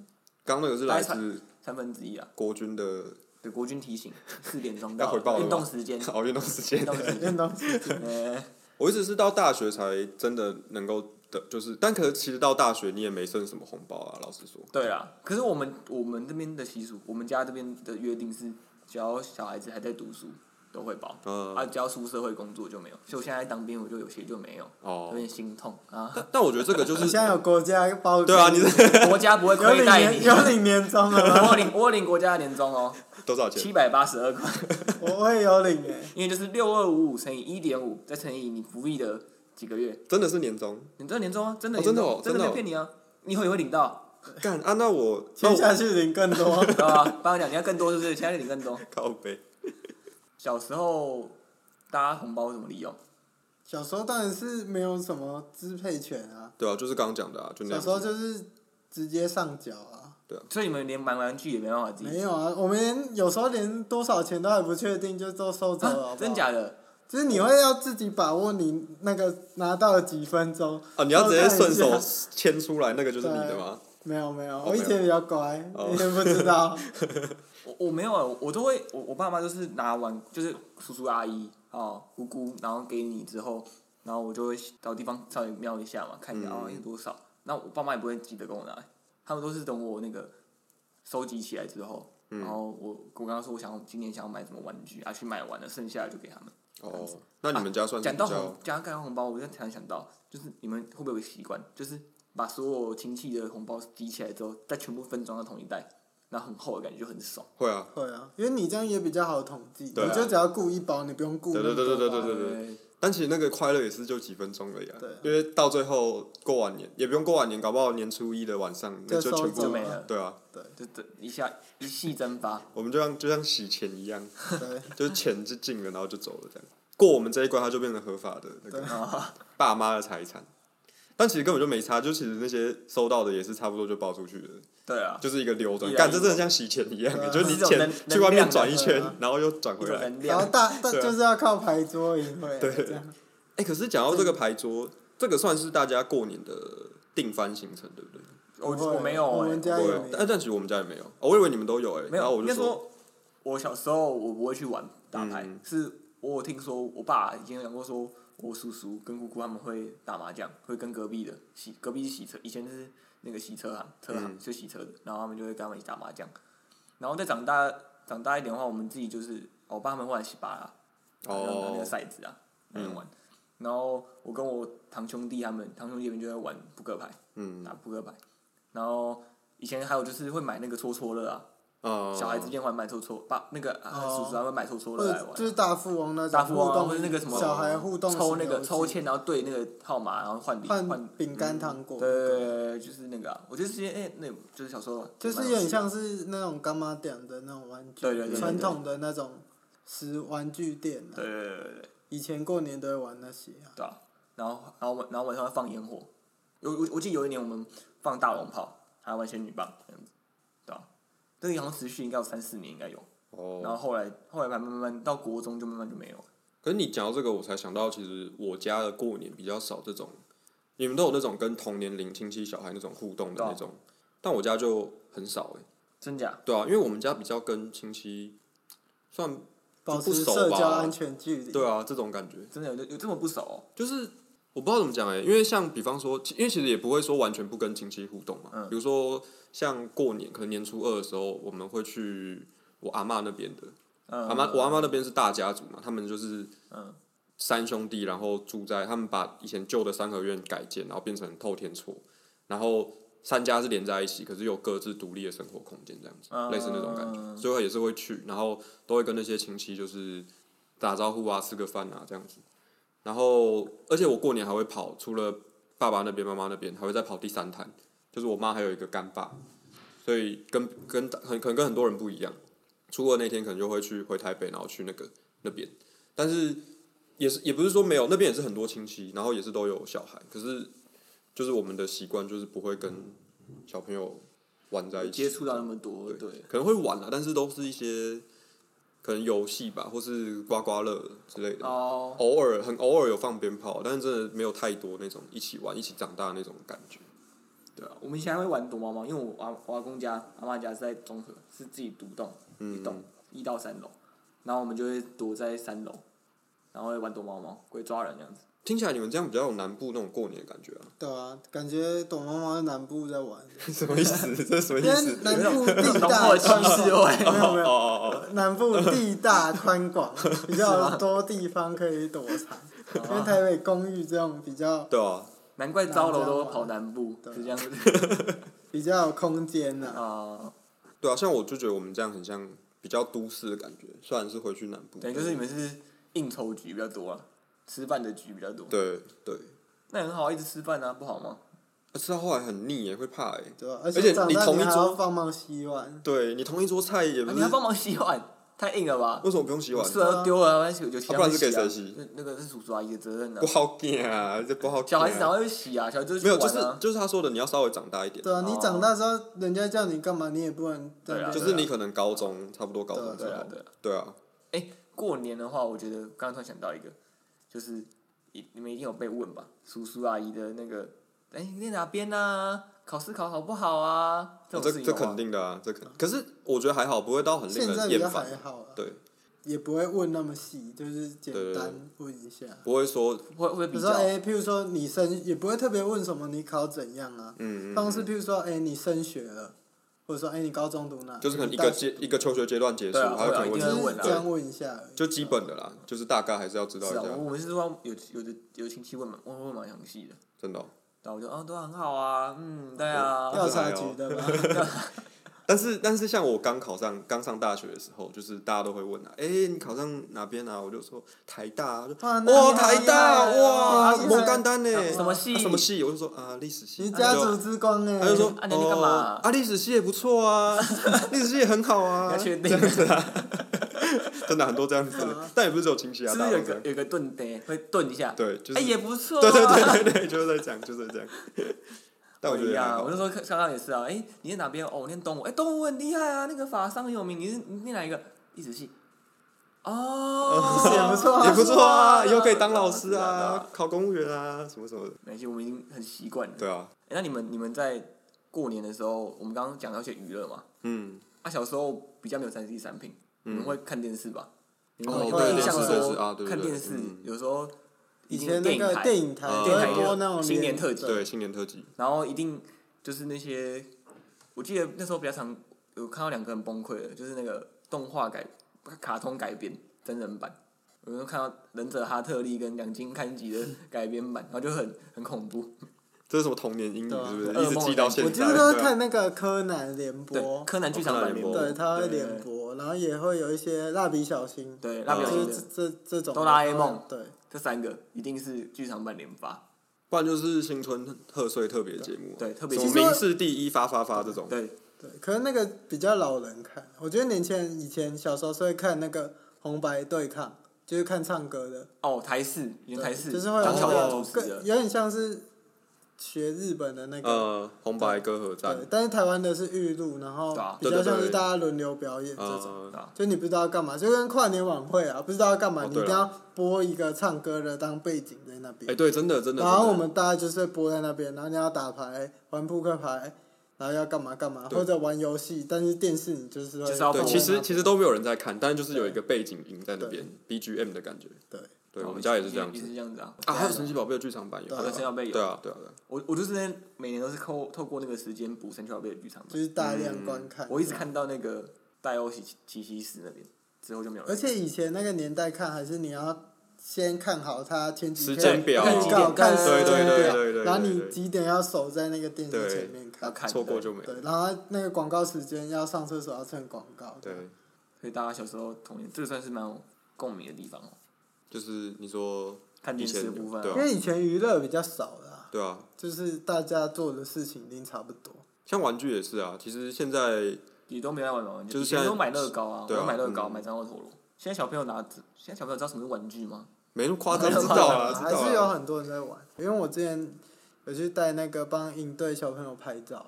[SPEAKER 4] 刚那个是来自
[SPEAKER 2] 三分之一啊。
[SPEAKER 4] 国军的
[SPEAKER 2] 对，国军提醒四点钟
[SPEAKER 4] 要
[SPEAKER 2] 到
[SPEAKER 4] 回报了吗
[SPEAKER 2] 运动时 间，
[SPEAKER 4] 熬运动时
[SPEAKER 2] 运
[SPEAKER 4] 间。
[SPEAKER 2] 动时间
[SPEAKER 3] 运动时
[SPEAKER 2] 呃，
[SPEAKER 4] 我一直是到大学才真的能够的，就是，但可是其实到大学你也没剩什么红包啊，老实说。
[SPEAKER 2] 对啦，可是我们我们这边的习俗，我们家这边的约定是，只要小孩子还在读书，都会包。
[SPEAKER 4] 嗯
[SPEAKER 2] 啊，只要出社会工作就没有，所以我现在当兵，我就有些就没有，有
[SPEAKER 4] 哦，
[SPEAKER 2] 点心痛啊。
[SPEAKER 4] 但但我觉得这个就
[SPEAKER 3] 你
[SPEAKER 4] 是
[SPEAKER 3] 现在有国家包给
[SPEAKER 4] 对啊，你是
[SPEAKER 2] 国家不会
[SPEAKER 3] 有领
[SPEAKER 2] 亏待
[SPEAKER 3] 年
[SPEAKER 2] 你，嗯
[SPEAKER 3] 有领年终了吗？
[SPEAKER 2] 我领我领国家的年终哦，
[SPEAKER 4] 多少钱？
[SPEAKER 2] 七百八十二块，
[SPEAKER 3] 我会有领 诶、
[SPEAKER 4] 哦
[SPEAKER 2] 因为就是六二五五乘以一点五，再乘以你服役的几个月，
[SPEAKER 4] 真的是年终？
[SPEAKER 2] 你这年终啊，真的
[SPEAKER 4] 哦真的哦
[SPEAKER 2] 年终真的
[SPEAKER 4] 真的哦
[SPEAKER 2] 没骗你啊，你以后也会领到，
[SPEAKER 4] 干啊，那我那
[SPEAKER 3] 签
[SPEAKER 4] 我
[SPEAKER 3] 下去领更多。
[SPEAKER 2] 知道吧？八两你要更多是不是？现在领更多。
[SPEAKER 4] 靠背，
[SPEAKER 2] 小时候大家红包怎么利用？
[SPEAKER 3] 小时候当然是没有什么支配权啊，
[SPEAKER 4] 对啊，就是刚刚讲的啊，就那
[SPEAKER 3] 小
[SPEAKER 4] 样
[SPEAKER 3] 时候
[SPEAKER 4] 子。
[SPEAKER 3] 就是直接上缴啊。
[SPEAKER 2] 所以你们连买玩具也没办法自己
[SPEAKER 3] 没有啊，我们连有时候连多少钱都还不确定，就都收走了好不好
[SPEAKER 2] 啊，真？假的？
[SPEAKER 3] 就是你会要自己把握你那个拿到了几分钟。
[SPEAKER 4] 啊，你要直接顺
[SPEAKER 3] 然
[SPEAKER 4] 手
[SPEAKER 3] 后看一下啊
[SPEAKER 4] 牵出来，那个就是你的吗？
[SPEAKER 3] 没有没有，
[SPEAKER 4] 哦
[SPEAKER 3] 我以
[SPEAKER 4] 没有
[SPEAKER 3] 前比较乖，
[SPEAKER 4] 哦
[SPEAKER 3] 以前不知道。
[SPEAKER 2] 我我没有啊，我都会，我我爸妈就是拿完，就是叔叔阿姨哦姑姑，然后给你之后，然后我就会找地方稍微瞄一下嘛，看一下
[SPEAKER 4] 嗯
[SPEAKER 2] 啊、哦、有多少。那我爸妈也不会急着跟我拿，他们都是等我那个收集起来之后，
[SPEAKER 3] 嗯
[SPEAKER 2] 然后我我跟他说我想要今年想要买什么玩具啊，去买完了剩下的就给他们。
[SPEAKER 4] 哦，那你们家算是
[SPEAKER 2] 啊讲
[SPEAKER 4] 比
[SPEAKER 2] 到
[SPEAKER 4] 较
[SPEAKER 2] 红，讲到盖红包，我就突然想到，就是你们会不会有个习惯，就是把所有亲戚的红包集起来之后，再全部分装到同一袋，然后很厚的感觉就很爽。
[SPEAKER 4] 会啊，
[SPEAKER 3] 会啊，因为你这样也比较好统计，
[SPEAKER 4] 对啊
[SPEAKER 3] 你就只要顾一包，你不用顾
[SPEAKER 4] 对对对
[SPEAKER 3] 那么多
[SPEAKER 4] 对
[SPEAKER 3] 包
[SPEAKER 4] 对对
[SPEAKER 2] 对。
[SPEAKER 4] 但其实那个快乐也是就几分钟而已啊
[SPEAKER 3] 对啊，
[SPEAKER 4] 因为到最后过完年也不用过完年，搞不好年初一的晚上那
[SPEAKER 3] 就
[SPEAKER 4] 就
[SPEAKER 3] 收
[SPEAKER 4] 全
[SPEAKER 3] 走
[SPEAKER 4] 部
[SPEAKER 2] 没了
[SPEAKER 4] 对啊，
[SPEAKER 2] 就这一下一气蒸发。
[SPEAKER 4] 我们就像就像洗钱一样，
[SPEAKER 3] 对，
[SPEAKER 4] 就是钱就进了，然后就走了这样。过我们这一关，它就变成合法的那个
[SPEAKER 2] 啊
[SPEAKER 4] 爸妈的财产，但其实根本就没差，就其实那些收到的也是差不多就包出去的，
[SPEAKER 2] 对啊，
[SPEAKER 4] 就是一个流转。
[SPEAKER 2] 一来
[SPEAKER 4] 干，
[SPEAKER 2] 一
[SPEAKER 4] 这
[SPEAKER 2] 往
[SPEAKER 4] 真的像洗钱一样
[SPEAKER 3] 对啊，
[SPEAKER 4] 就是你
[SPEAKER 2] 是一种
[SPEAKER 4] 钱
[SPEAKER 2] 能
[SPEAKER 4] 去外面
[SPEAKER 2] 能量的嗯
[SPEAKER 4] 转一圈
[SPEAKER 3] 对啊，
[SPEAKER 4] 然后又转
[SPEAKER 2] 一
[SPEAKER 4] 回
[SPEAKER 2] 种
[SPEAKER 4] 来。
[SPEAKER 2] 能
[SPEAKER 3] 然后
[SPEAKER 2] 量。
[SPEAKER 3] 大但
[SPEAKER 4] 对啊
[SPEAKER 3] 就是要靠牌桌赢会啊，
[SPEAKER 4] 对
[SPEAKER 3] 这样
[SPEAKER 4] 哎、可是讲到这个牌桌，这个算是大家过年的定番行程，对不对？
[SPEAKER 2] 我
[SPEAKER 3] 不会
[SPEAKER 2] 我没有
[SPEAKER 3] 我
[SPEAKER 2] 哎、
[SPEAKER 3] 们家
[SPEAKER 4] 不
[SPEAKER 3] 也
[SPEAKER 4] 会
[SPEAKER 3] 没
[SPEAKER 4] 啊，
[SPEAKER 3] 有
[SPEAKER 4] 但但其实我们家也没有。哦我以为你们都有哎、
[SPEAKER 2] 没
[SPEAKER 4] 然后
[SPEAKER 2] 有，
[SPEAKER 4] 我
[SPEAKER 2] 应
[SPEAKER 4] 就
[SPEAKER 2] 该说，我小时候我不会去玩打牌，
[SPEAKER 4] 嗯
[SPEAKER 2] 是我有听说我爸以前有讲过说，我叔叔跟姑姑他们会打麻将，会跟隔壁的洗隔壁是洗车，以前是那个洗车行，车行
[SPEAKER 4] 嗯
[SPEAKER 2] 就洗车的，然后他们就会跟他们一起打麻将。然后再长大长大一点的话，我们自己就是我爸他们会玩洗把啦，然后拿那个
[SPEAKER 4] 哦，嗯
[SPEAKER 2] 骰子啊，那边玩。然后我跟我堂兄弟他们，堂兄弟们就会玩扑克牌，
[SPEAKER 4] 嗯
[SPEAKER 2] 打扑克牌。然后以前还有就是会买那个戳戳乐啊，
[SPEAKER 4] 啊，
[SPEAKER 2] 小孩之间玩买戳戳，爸那个、啊、
[SPEAKER 3] 哦
[SPEAKER 2] 叔叔还会买戳戳
[SPEAKER 3] 或
[SPEAKER 2] 乐来
[SPEAKER 3] 者
[SPEAKER 2] 玩，
[SPEAKER 3] 就是大富翁那种
[SPEAKER 2] 大富翁
[SPEAKER 3] 互
[SPEAKER 2] 啊
[SPEAKER 3] 动
[SPEAKER 2] 或者那个什么
[SPEAKER 3] 小孩互动
[SPEAKER 2] 抽那
[SPEAKER 3] 型
[SPEAKER 2] 个
[SPEAKER 3] 游戏
[SPEAKER 2] 抽签，然后对那个号码，然后换礼换。嗯
[SPEAKER 3] 换饼干糖果，
[SPEAKER 2] 对对对对，就是那个、啊，我觉得之前哎，那就是小时候
[SPEAKER 3] 就是有点像是那种干妈店的那种玩具，
[SPEAKER 2] 对对对对
[SPEAKER 3] 传统的那种食玩具店、啊
[SPEAKER 2] 对，对对对对
[SPEAKER 3] 以前过年都会玩那些啊。
[SPEAKER 2] 对啊，然后然后晚然后晚上会放烟火，有我我记得有一年我们放大龙炮，还玩仙女棒这样子，对啊，这个好像持续应该有三四年应该有，然后
[SPEAKER 4] 哦。
[SPEAKER 2] 后来后来慢慢慢慢到国中就慢慢就没有了，
[SPEAKER 4] 可是你讲到这个，我才想到，其实我家的过年比较少这种，你们都有那种跟同年龄亲戚小孩那种互动的
[SPEAKER 2] 对啊
[SPEAKER 4] 那种，但我家就很少哎、
[SPEAKER 2] 真假？
[SPEAKER 4] 对啊，因为我们家比较跟亲戚算
[SPEAKER 3] 保
[SPEAKER 4] 不
[SPEAKER 3] 持
[SPEAKER 4] 熟
[SPEAKER 3] 社
[SPEAKER 4] 吧
[SPEAKER 3] 交安全距离。
[SPEAKER 4] 对啊这种感觉，
[SPEAKER 2] 真的有有这么不熟、哦？
[SPEAKER 4] 就是我不知道怎么讲哎、因为像比方说，其因为其实也不会说完全不跟亲戚互动嘛。
[SPEAKER 2] 嗯
[SPEAKER 4] 比如说像过年，可能年初二的时候，我们会去我阿嬷那边的。
[SPEAKER 2] 嗯，
[SPEAKER 4] 阿妈，我阿妈那边是大家族嘛，他们就是
[SPEAKER 2] 嗯
[SPEAKER 4] 三兄弟，然后住在他们把以前旧的三合院改建，然后变成透天厝，然后三家是连在一起，可是有各自独立的生活空间，这样子，
[SPEAKER 2] 嗯
[SPEAKER 4] 类似那种感觉，所以也是会去，然后都会跟那些亲戚就是打招呼啊，吃个饭啊这样子，然后而且我过年还会跑，除了爸爸那边、妈妈那边，还会再跑第三摊，就是我妈还有一个干爸，所以跟跟很可能跟很多人不一样。初二那天可能就会去回台北，然后去那个那边，但是也是也不是说没有，那边也是很多亲戚，然后也是都有小孩，可是就是我们的习惯就是不会跟小朋友玩在一起，
[SPEAKER 2] 接触到那么多，对，
[SPEAKER 4] 可能会玩啊，但是都是一些可能游戏吧，或是刮刮乐之类的。
[SPEAKER 2] 哦，
[SPEAKER 4] 偶尔很偶尔有放鞭炮，但是真的没有太多那种一起玩、一起长大的那种感觉。
[SPEAKER 2] 对啊，我们以前还会玩躲猫猫，因为我阿我阿公家、阿妈家是在中和，是自己独栋
[SPEAKER 4] 嗯
[SPEAKER 2] 一栋一到三楼，然后我们就会躲在三楼，然后会玩躲猫猫，会抓人这样子。
[SPEAKER 4] 听起来你们这样比较有南部那种过年的感觉啊？
[SPEAKER 3] 对啊，感觉董妈妈在南部在玩，
[SPEAKER 4] 什么意思？这是什么意
[SPEAKER 3] 因 为
[SPEAKER 4] 思？
[SPEAKER 3] 南部 地
[SPEAKER 2] 浓
[SPEAKER 3] 大
[SPEAKER 2] 厚的歧
[SPEAKER 3] 宽
[SPEAKER 2] 视哦
[SPEAKER 3] 广，没有没
[SPEAKER 4] 哦
[SPEAKER 3] 有，
[SPEAKER 4] 哦哦，
[SPEAKER 3] 南部地大宽广，比较多地方可以躲藏。因为台北公寓这种比较
[SPEAKER 4] 对啊，
[SPEAKER 2] 难怪招楼都跑南部，
[SPEAKER 3] 对啊
[SPEAKER 2] 是这样子
[SPEAKER 3] 比较有空间 呐、
[SPEAKER 4] 哦
[SPEAKER 2] 啊。
[SPEAKER 4] 对啊，像我就觉得我们这样很像比较都市的感觉，虽然是回去南部，
[SPEAKER 2] 等于就是你们是应酬局比较多啊，吃饭的局比较多。
[SPEAKER 4] 对对，
[SPEAKER 2] 那也很好啊，一直吃饭啊，不好吗？
[SPEAKER 4] 啊吃到后来很腻耶，会怕哎。
[SPEAKER 3] 对吧、
[SPEAKER 4] 而
[SPEAKER 3] 而
[SPEAKER 4] 且
[SPEAKER 3] 且长
[SPEAKER 4] 你
[SPEAKER 3] 大
[SPEAKER 4] 同一
[SPEAKER 3] 还
[SPEAKER 4] 桌
[SPEAKER 3] 要帮忙洗碗，
[SPEAKER 4] 对你同一桌菜也
[SPEAKER 2] 啊
[SPEAKER 4] 不
[SPEAKER 2] 你
[SPEAKER 4] 是
[SPEAKER 2] 要，帮忙啊洗碗，太硬了吧？
[SPEAKER 4] 为什么不用洗碗？
[SPEAKER 2] 吃完就丢了，有有其他
[SPEAKER 4] 啊不然
[SPEAKER 2] 人
[SPEAKER 4] 是给
[SPEAKER 2] 洗啊
[SPEAKER 4] 谁洗
[SPEAKER 2] 那那个是叔叔阿姨的责任啊
[SPEAKER 4] 不。好干啊，这不好干
[SPEAKER 2] 小
[SPEAKER 4] 啊。
[SPEAKER 2] 孩子哪会洗啊？小孩子
[SPEAKER 4] 没有，
[SPEAKER 2] 去
[SPEAKER 4] 就
[SPEAKER 2] 玩
[SPEAKER 4] 是
[SPEAKER 2] 啊
[SPEAKER 4] 就是他说的，你要稍微长大一点。
[SPEAKER 3] 对啊，
[SPEAKER 2] 哦
[SPEAKER 3] 你长大之后，人家叫你干嘛，你也不能在那边
[SPEAKER 2] 对啊
[SPEAKER 4] 就是你可能高中差不多高中之
[SPEAKER 2] 对啊
[SPEAKER 4] 后，
[SPEAKER 2] 对啊。
[SPEAKER 4] 对啊，
[SPEAKER 2] 哎、过年的话，我觉得刚刚突然想到一个，就是一你们一定有被问吧，叔叔阿姨的那个，哎、你在哪边啊？考试考好不好啊？这种
[SPEAKER 4] 哦这
[SPEAKER 2] 事情嗯
[SPEAKER 4] 这
[SPEAKER 2] 有吗
[SPEAKER 4] 肯定的啊，这肯。可是我觉得还好，不会到很令
[SPEAKER 3] 现在
[SPEAKER 4] 人
[SPEAKER 3] 比
[SPEAKER 4] 厌
[SPEAKER 3] 较
[SPEAKER 4] 烦
[SPEAKER 3] 还。好啊，
[SPEAKER 4] 对，
[SPEAKER 3] 也不会问那么细，就是简
[SPEAKER 4] 对对对
[SPEAKER 3] 单问一下。
[SPEAKER 4] 不会说
[SPEAKER 2] 会会
[SPEAKER 3] 比
[SPEAKER 2] 比
[SPEAKER 3] 如说，
[SPEAKER 2] 较。
[SPEAKER 3] 哎、譬如说你升，也不会特别问什么你考怎样啊，
[SPEAKER 4] 嗯，嗯
[SPEAKER 3] 方式
[SPEAKER 4] 嗯
[SPEAKER 3] 譬如说，哎、你升学了，或者说，哎、你高中读哪？
[SPEAKER 4] 就是可能一
[SPEAKER 3] 你
[SPEAKER 4] 个
[SPEAKER 3] 大学
[SPEAKER 4] 阶一个求学阶段结束，
[SPEAKER 2] 对啊
[SPEAKER 4] 还有可能
[SPEAKER 2] 对
[SPEAKER 4] 问
[SPEAKER 2] 啊一定
[SPEAKER 4] 题
[SPEAKER 2] 会
[SPEAKER 3] 就是
[SPEAKER 2] 问啊
[SPEAKER 3] 这样问一下而已，
[SPEAKER 4] 就基本的啦，就是大概还是要知道一
[SPEAKER 2] 是啊，
[SPEAKER 4] 下
[SPEAKER 2] 我，我们是说有有的有亲戚问嘛，问问蛮详细的，
[SPEAKER 4] 真的哦。
[SPEAKER 2] 然后我就啊，对啊，很好啊，嗯，对啊，
[SPEAKER 3] 调查局的吧。
[SPEAKER 4] 但是但是像我刚考上刚上大学的时候，就是大家都会问啊，哎，你考上哪边啊？我就说台大啊，就
[SPEAKER 3] 哇那
[SPEAKER 4] 哇
[SPEAKER 3] 你
[SPEAKER 4] 台
[SPEAKER 3] 好厉
[SPEAKER 4] 大
[SPEAKER 2] 啊
[SPEAKER 3] 害
[SPEAKER 4] 哇
[SPEAKER 3] 哦
[SPEAKER 4] 蒙干丹呢？
[SPEAKER 2] 什么系
[SPEAKER 4] 啊什么系？我就说啊历史系。
[SPEAKER 3] 你
[SPEAKER 4] 他
[SPEAKER 3] 家族
[SPEAKER 4] 就
[SPEAKER 3] 之光哎、
[SPEAKER 4] 他就说：“
[SPEAKER 2] 啊那你干嘛
[SPEAKER 4] 哦啊，历史系也不错啊， 历史系也很好
[SPEAKER 2] 你
[SPEAKER 4] 啊。”
[SPEAKER 2] 要确 定
[SPEAKER 4] 真的很多这样子 的，但也不是只有亲戚啊，
[SPEAKER 2] 是不
[SPEAKER 4] 大
[SPEAKER 2] 是有
[SPEAKER 4] 家都这
[SPEAKER 2] 个
[SPEAKER 4] 样。
[SPEAKER 2] 有个顿的会顿一下？
[SPEAKER 4] 对，就是、
[SPEAKER 2] 哎、也不错、啊。
[SPEAKER 4] 对对对对对，就是在讲，就是在讲。 但我觉
[SPEAKER 2] 一
[SPEAKER 4] 得也还
[SPEAKER 2] 样，
[SPEAKER 4] 好
[SPEAKER 2] 我那时候看刚刚也是啊，哎、你在哪边？哦，我念东吴，哎、东吴很厉害啊，那个法商很有名。你是你念哪一个？历史系。 哦，
[SPEAKER 3] 也不错啊
[SPEAKER 4] 也不错啊，以后可以当老师
[SPEAKER 2] 对啊。对
[SPEAKER 4] 啊
[SPEAKER 2] 啊，
[SPEAKER 4] 考公务员啊，什么什么的。
[SPEAKER 2] 没关系，我们已经很习惯了。
[SPEAKER 4] 对啊，
[SPEAKER 2] 哎、那你们你们在过年的时候，我们刚刚讲到一些娱乐嘛，
[SPEAKER 4] 嗯，
[SPEAKER 2] 啊，小时候比较没有三 C 产品，你们会看电视吧？你们
[SPEAKER 4] 哦
[SPEAKER 2] 会
[SPEAKER 3] 对
[SPEAKER 2] 有印象
[SPEAKER 3] 电视
[SPEAKER 4] 电视
[SPEAKER 2] 说
[SPEAKER 4] 啊对对
[SPEAKER 2] 看
[SPEAKER 4] 对
[SPEAKER 2] 电视
[SPEAKER 4] 嗯，
[SPEAKER 2] 有时候
[SPEAKER 3] 以
[SPEAKER 2] 一定
[SPEAKER 3] 前那
[SPEAKER 2] 电
[SPEAKER 3] 个
[SPEAKER 2] 台
[SPEAKER 3] 电影台
[SPEAKER 4] 呃
[SPEAKER 3] 都
[SPEAKER 4] 电
[SPEAKER 3] 会
[SPEAKER 4] 台
[SPEAKER 3] 播那种
[SPEAKER 2] 新
[SPEAKER 3] 连
[SPEAKER 2] 年特辑
[SPEAKER 4] 对，新年特辑，
[SPEAKER 2] 然后一定就是那些，我记得那时候比较常有看到两个人崩溃的，就是那个动画改、卡通改编真人版，我就看到忍者哈特利跟两金看集的改编版，然后就很很恐怖。
[SPEAKER 4] 这是什么童年阴影？
[SPEAKER 3] 对啊
[SPEAKER 4] 是不是
[SPEAKER 2] 噩
[SPEAKER 4] 一直
[SPEAKER 2] 梦
[SPEAKER 4] 记到
[SPEAKER 2] 的感觉
[SPEAKER 4] 现在？
[SPEAKER 3] 我几乎都是
[SPEAKER 4] 对啊
[SPEAKER 3] 看那个柯南联
[SPEAKER 2] 对，
[SPEAKER 3] 播，
[SPEAKER 2] 柯南剧场版
[SPEAKER 4] 哦柯南
[SPEAKER 2] 联
[SPEAKER 4] 联播
[SPEAKER 2] 播，
[SPEAKER 3] 对，他
[SPEAKER 2] 对
[SPEAKER 3] 会联播，然后也会有一些蜡笔小新，
[SPEAKER 2] 对蜡笔小
[SPEAKER 3] 就
[SPEAKER 2] 新
[SPEAKER 3] 是
[SPEAKER 2] 的
[SPEAKER 3] 这这这种
[SPEAKER 2] 哆啦 A 梦
[SPEAKER 3] 对，
[SPEAKER 2] 这三个一定是剧场版连发，
[SPEAKER 4] 不然就是新春贺岁特别节目啊，
[SPEAKER 2] 对特别
[SPEAKER 4] 什么
[SPEAKER 2] 其实
[SPEAKER 4] 名士第一发发发这种，
[SPEAKER 2] 对，
[SPEAKER 3] 对，可是那个比较老人看，我觉得年轻人以前小时候是会看那个红白对抗，就是看唱歌的，
[SPEAKER 2] 哦，台式，以前
[SPEAKER 3] 对
[SPEAKER 2] 台式，
[SPEAKER 3] 就是会有
[SPEAKER 2] 张
[SPEAKER 3] 那
[SPEAKER 2] 小
[SPEAKER 4] 亮
[SPEAKER 2] 燕
[SPEAKER 3] 个
[SPEAKER 2] 主持
[SPEAKER 3] 更
[SPEAKER 2] 的，
[SPEAKER 3] 有点像是学日本的那个，
[SPEAKER 4] 呃，红白歌合
[SPEAKER 3] 对
[SPEAKER 4] 战，，
[SPEAKER 3] 但是台湾的是预录，然后
[SPEAKER 2] 对啊
[SPEAKER 3] 比较像
[SPEAKER 4] 对对
[SPEAKER 3] 是
[SPEAKER 4] 对
[SPEAKER 3] 大家轮流表演这种。
[SPEAKER 4] 呃，
[SPEAKER 2] 啊，
[SPEAKER 3] 就你不知道干嘛，就跟跨年晚会啊，不知道干嘛，
[SPEAKER 4] 哦
[SPEAKER 3] 你
[SPEAKER 4] 对哎
[SPEAKER 3] 一
[SPEAKER 4] 啦
[SPEAKER 3] 定要播一个唱歌的当背景在那边。
[SPEAKER 4] 哎，对，真的真的。
[SPEAKER 3] 然后
[SPEAKER 4] 真的
[SPEAKER 3] 我们大家就是播在那边，然后你要打牌、玩扑克牌，然后要干嘛干嘛，
[SPEAKER 4] 对
[SPEAKER 3] 或者玩游戏，但是电视你就是
[SPEAKER 2] 就
[SPEAKER 3] 会
[SPEAKER 2] 是要
[SPEAKER 4] 对，
[SPEAKER 2] 放
[SPEAKER 4] 其
[SPEAKER 2] 我
[SPEAKER 4] 实
[SPEAKER 2] 们
[SPEAKER 4] 其实都没有人在看，但是就是有一个背景音在那边，BGM 的感觉。
[SPEAKER 3] 对，
[SPEAKER 4] 对，
[SPEAKER 2] 然后
[SPEAKER 4] 我们家也是这样
[SPEAKER 2] 哦一直
[SPEAKER 4] 子
[SPEAKER 2] 这样子啊。
[SPEAKER 4] 啊，还有神奇宝贝的剧场版有，
[SPEAKER 3] 对
[SPEAKER 4] 对
[SPEAKER 2] 神奇宝贝有
[SPEAKER 4] 对啊，对啊，对啊
[SPEAKER 2] 我我就是那每年都是透透过那个时间补神奇宝贝的剧场版
[SPEAKER 3] 就是大量观看。
[SPEAKER 2] 我一直看到那个戴欧奇奇西斯那边，之后就没有了。
[SPEAKER 3] 而且以前那个年代看，还是你要先看好它前几
[SPEAKER 4] 时
[SPEAKER 3] 天
[SPEAKER 4] 间表
[SPEAKER 3] 预告，看时
[SPEAKER 2] 对
[SPEAKER 3] 间
[SPEAKER 2] 对
[SPEAKER 4] 对
[SPEAKER 3] 表
[SPEAKER 4] 对对对
[SPEAKER 3] 然后
[SPEAKER 4] 对
[SPEAKER 3] 你几点要守在那个电视
[SPEAKER 4] 对
[SPEAKER 3] 前面
[SPEAKER 2] 要
[SPEAKER 3] 看，
[SPEAKER 2] 看
[SPEAKER 4] 错过就没了。
[SPEAKER 3] 对，然后它那个广告时间要上厕所要趁广告，
[SPEAKER 4] 对，
[SPEAKER 2] 所以大家小时候童年，这个算是蛮有共鸣的地方哦。
[SPEAKER 4] 就是你说
[SPEAKER 2] 看电视的部分啊
[SPEAKER 4] 以前
[SPEAKER 3] 因
[SPEAKER 4] 有对啊，
[SPEAKER 3] 为以前娱乐比较少啦，
[SPEAKER 4] 对啊，
[SPEAKER 3] 就是大家做的事情已经差不多。
[SPEAKER 4] 像玩具也是啊，其实现在
[SPEAKER 2] 也都没爱玩玩具，
[SPEAKER 4] 就是
[SPEAKER 2] 以前
[SPEAKER 4] 现在
[SPEAKER 2] 都买乐高啊，
[SPEAKER 4] 对啊
[SPEAKER 2] 我买乐高，
[SPEAKER 4] 嗯
[SPEAKER 2] 买战斗陀螺。现在小朋友拿，现在小朋友知道什么是玩具吗？
[SPEAKER 4] 没那么夸 张，
[SPEAKER 2] 没那
[SPEAKER 4] 知
[SPEAKER 2] 么
[SPEAKER 4] 道
[SPEAKER 2] 夸张
[SPEAKER 4] 啊，知
[SPEAKER 3] 还
[SPEAKER 4] 道
[SPEAKER 3] 是有
[SPEAKER 4] 啊。
[SPEAKER 3] 很多人在玩，因为我之前有去带那个帮应对小朋友拍照，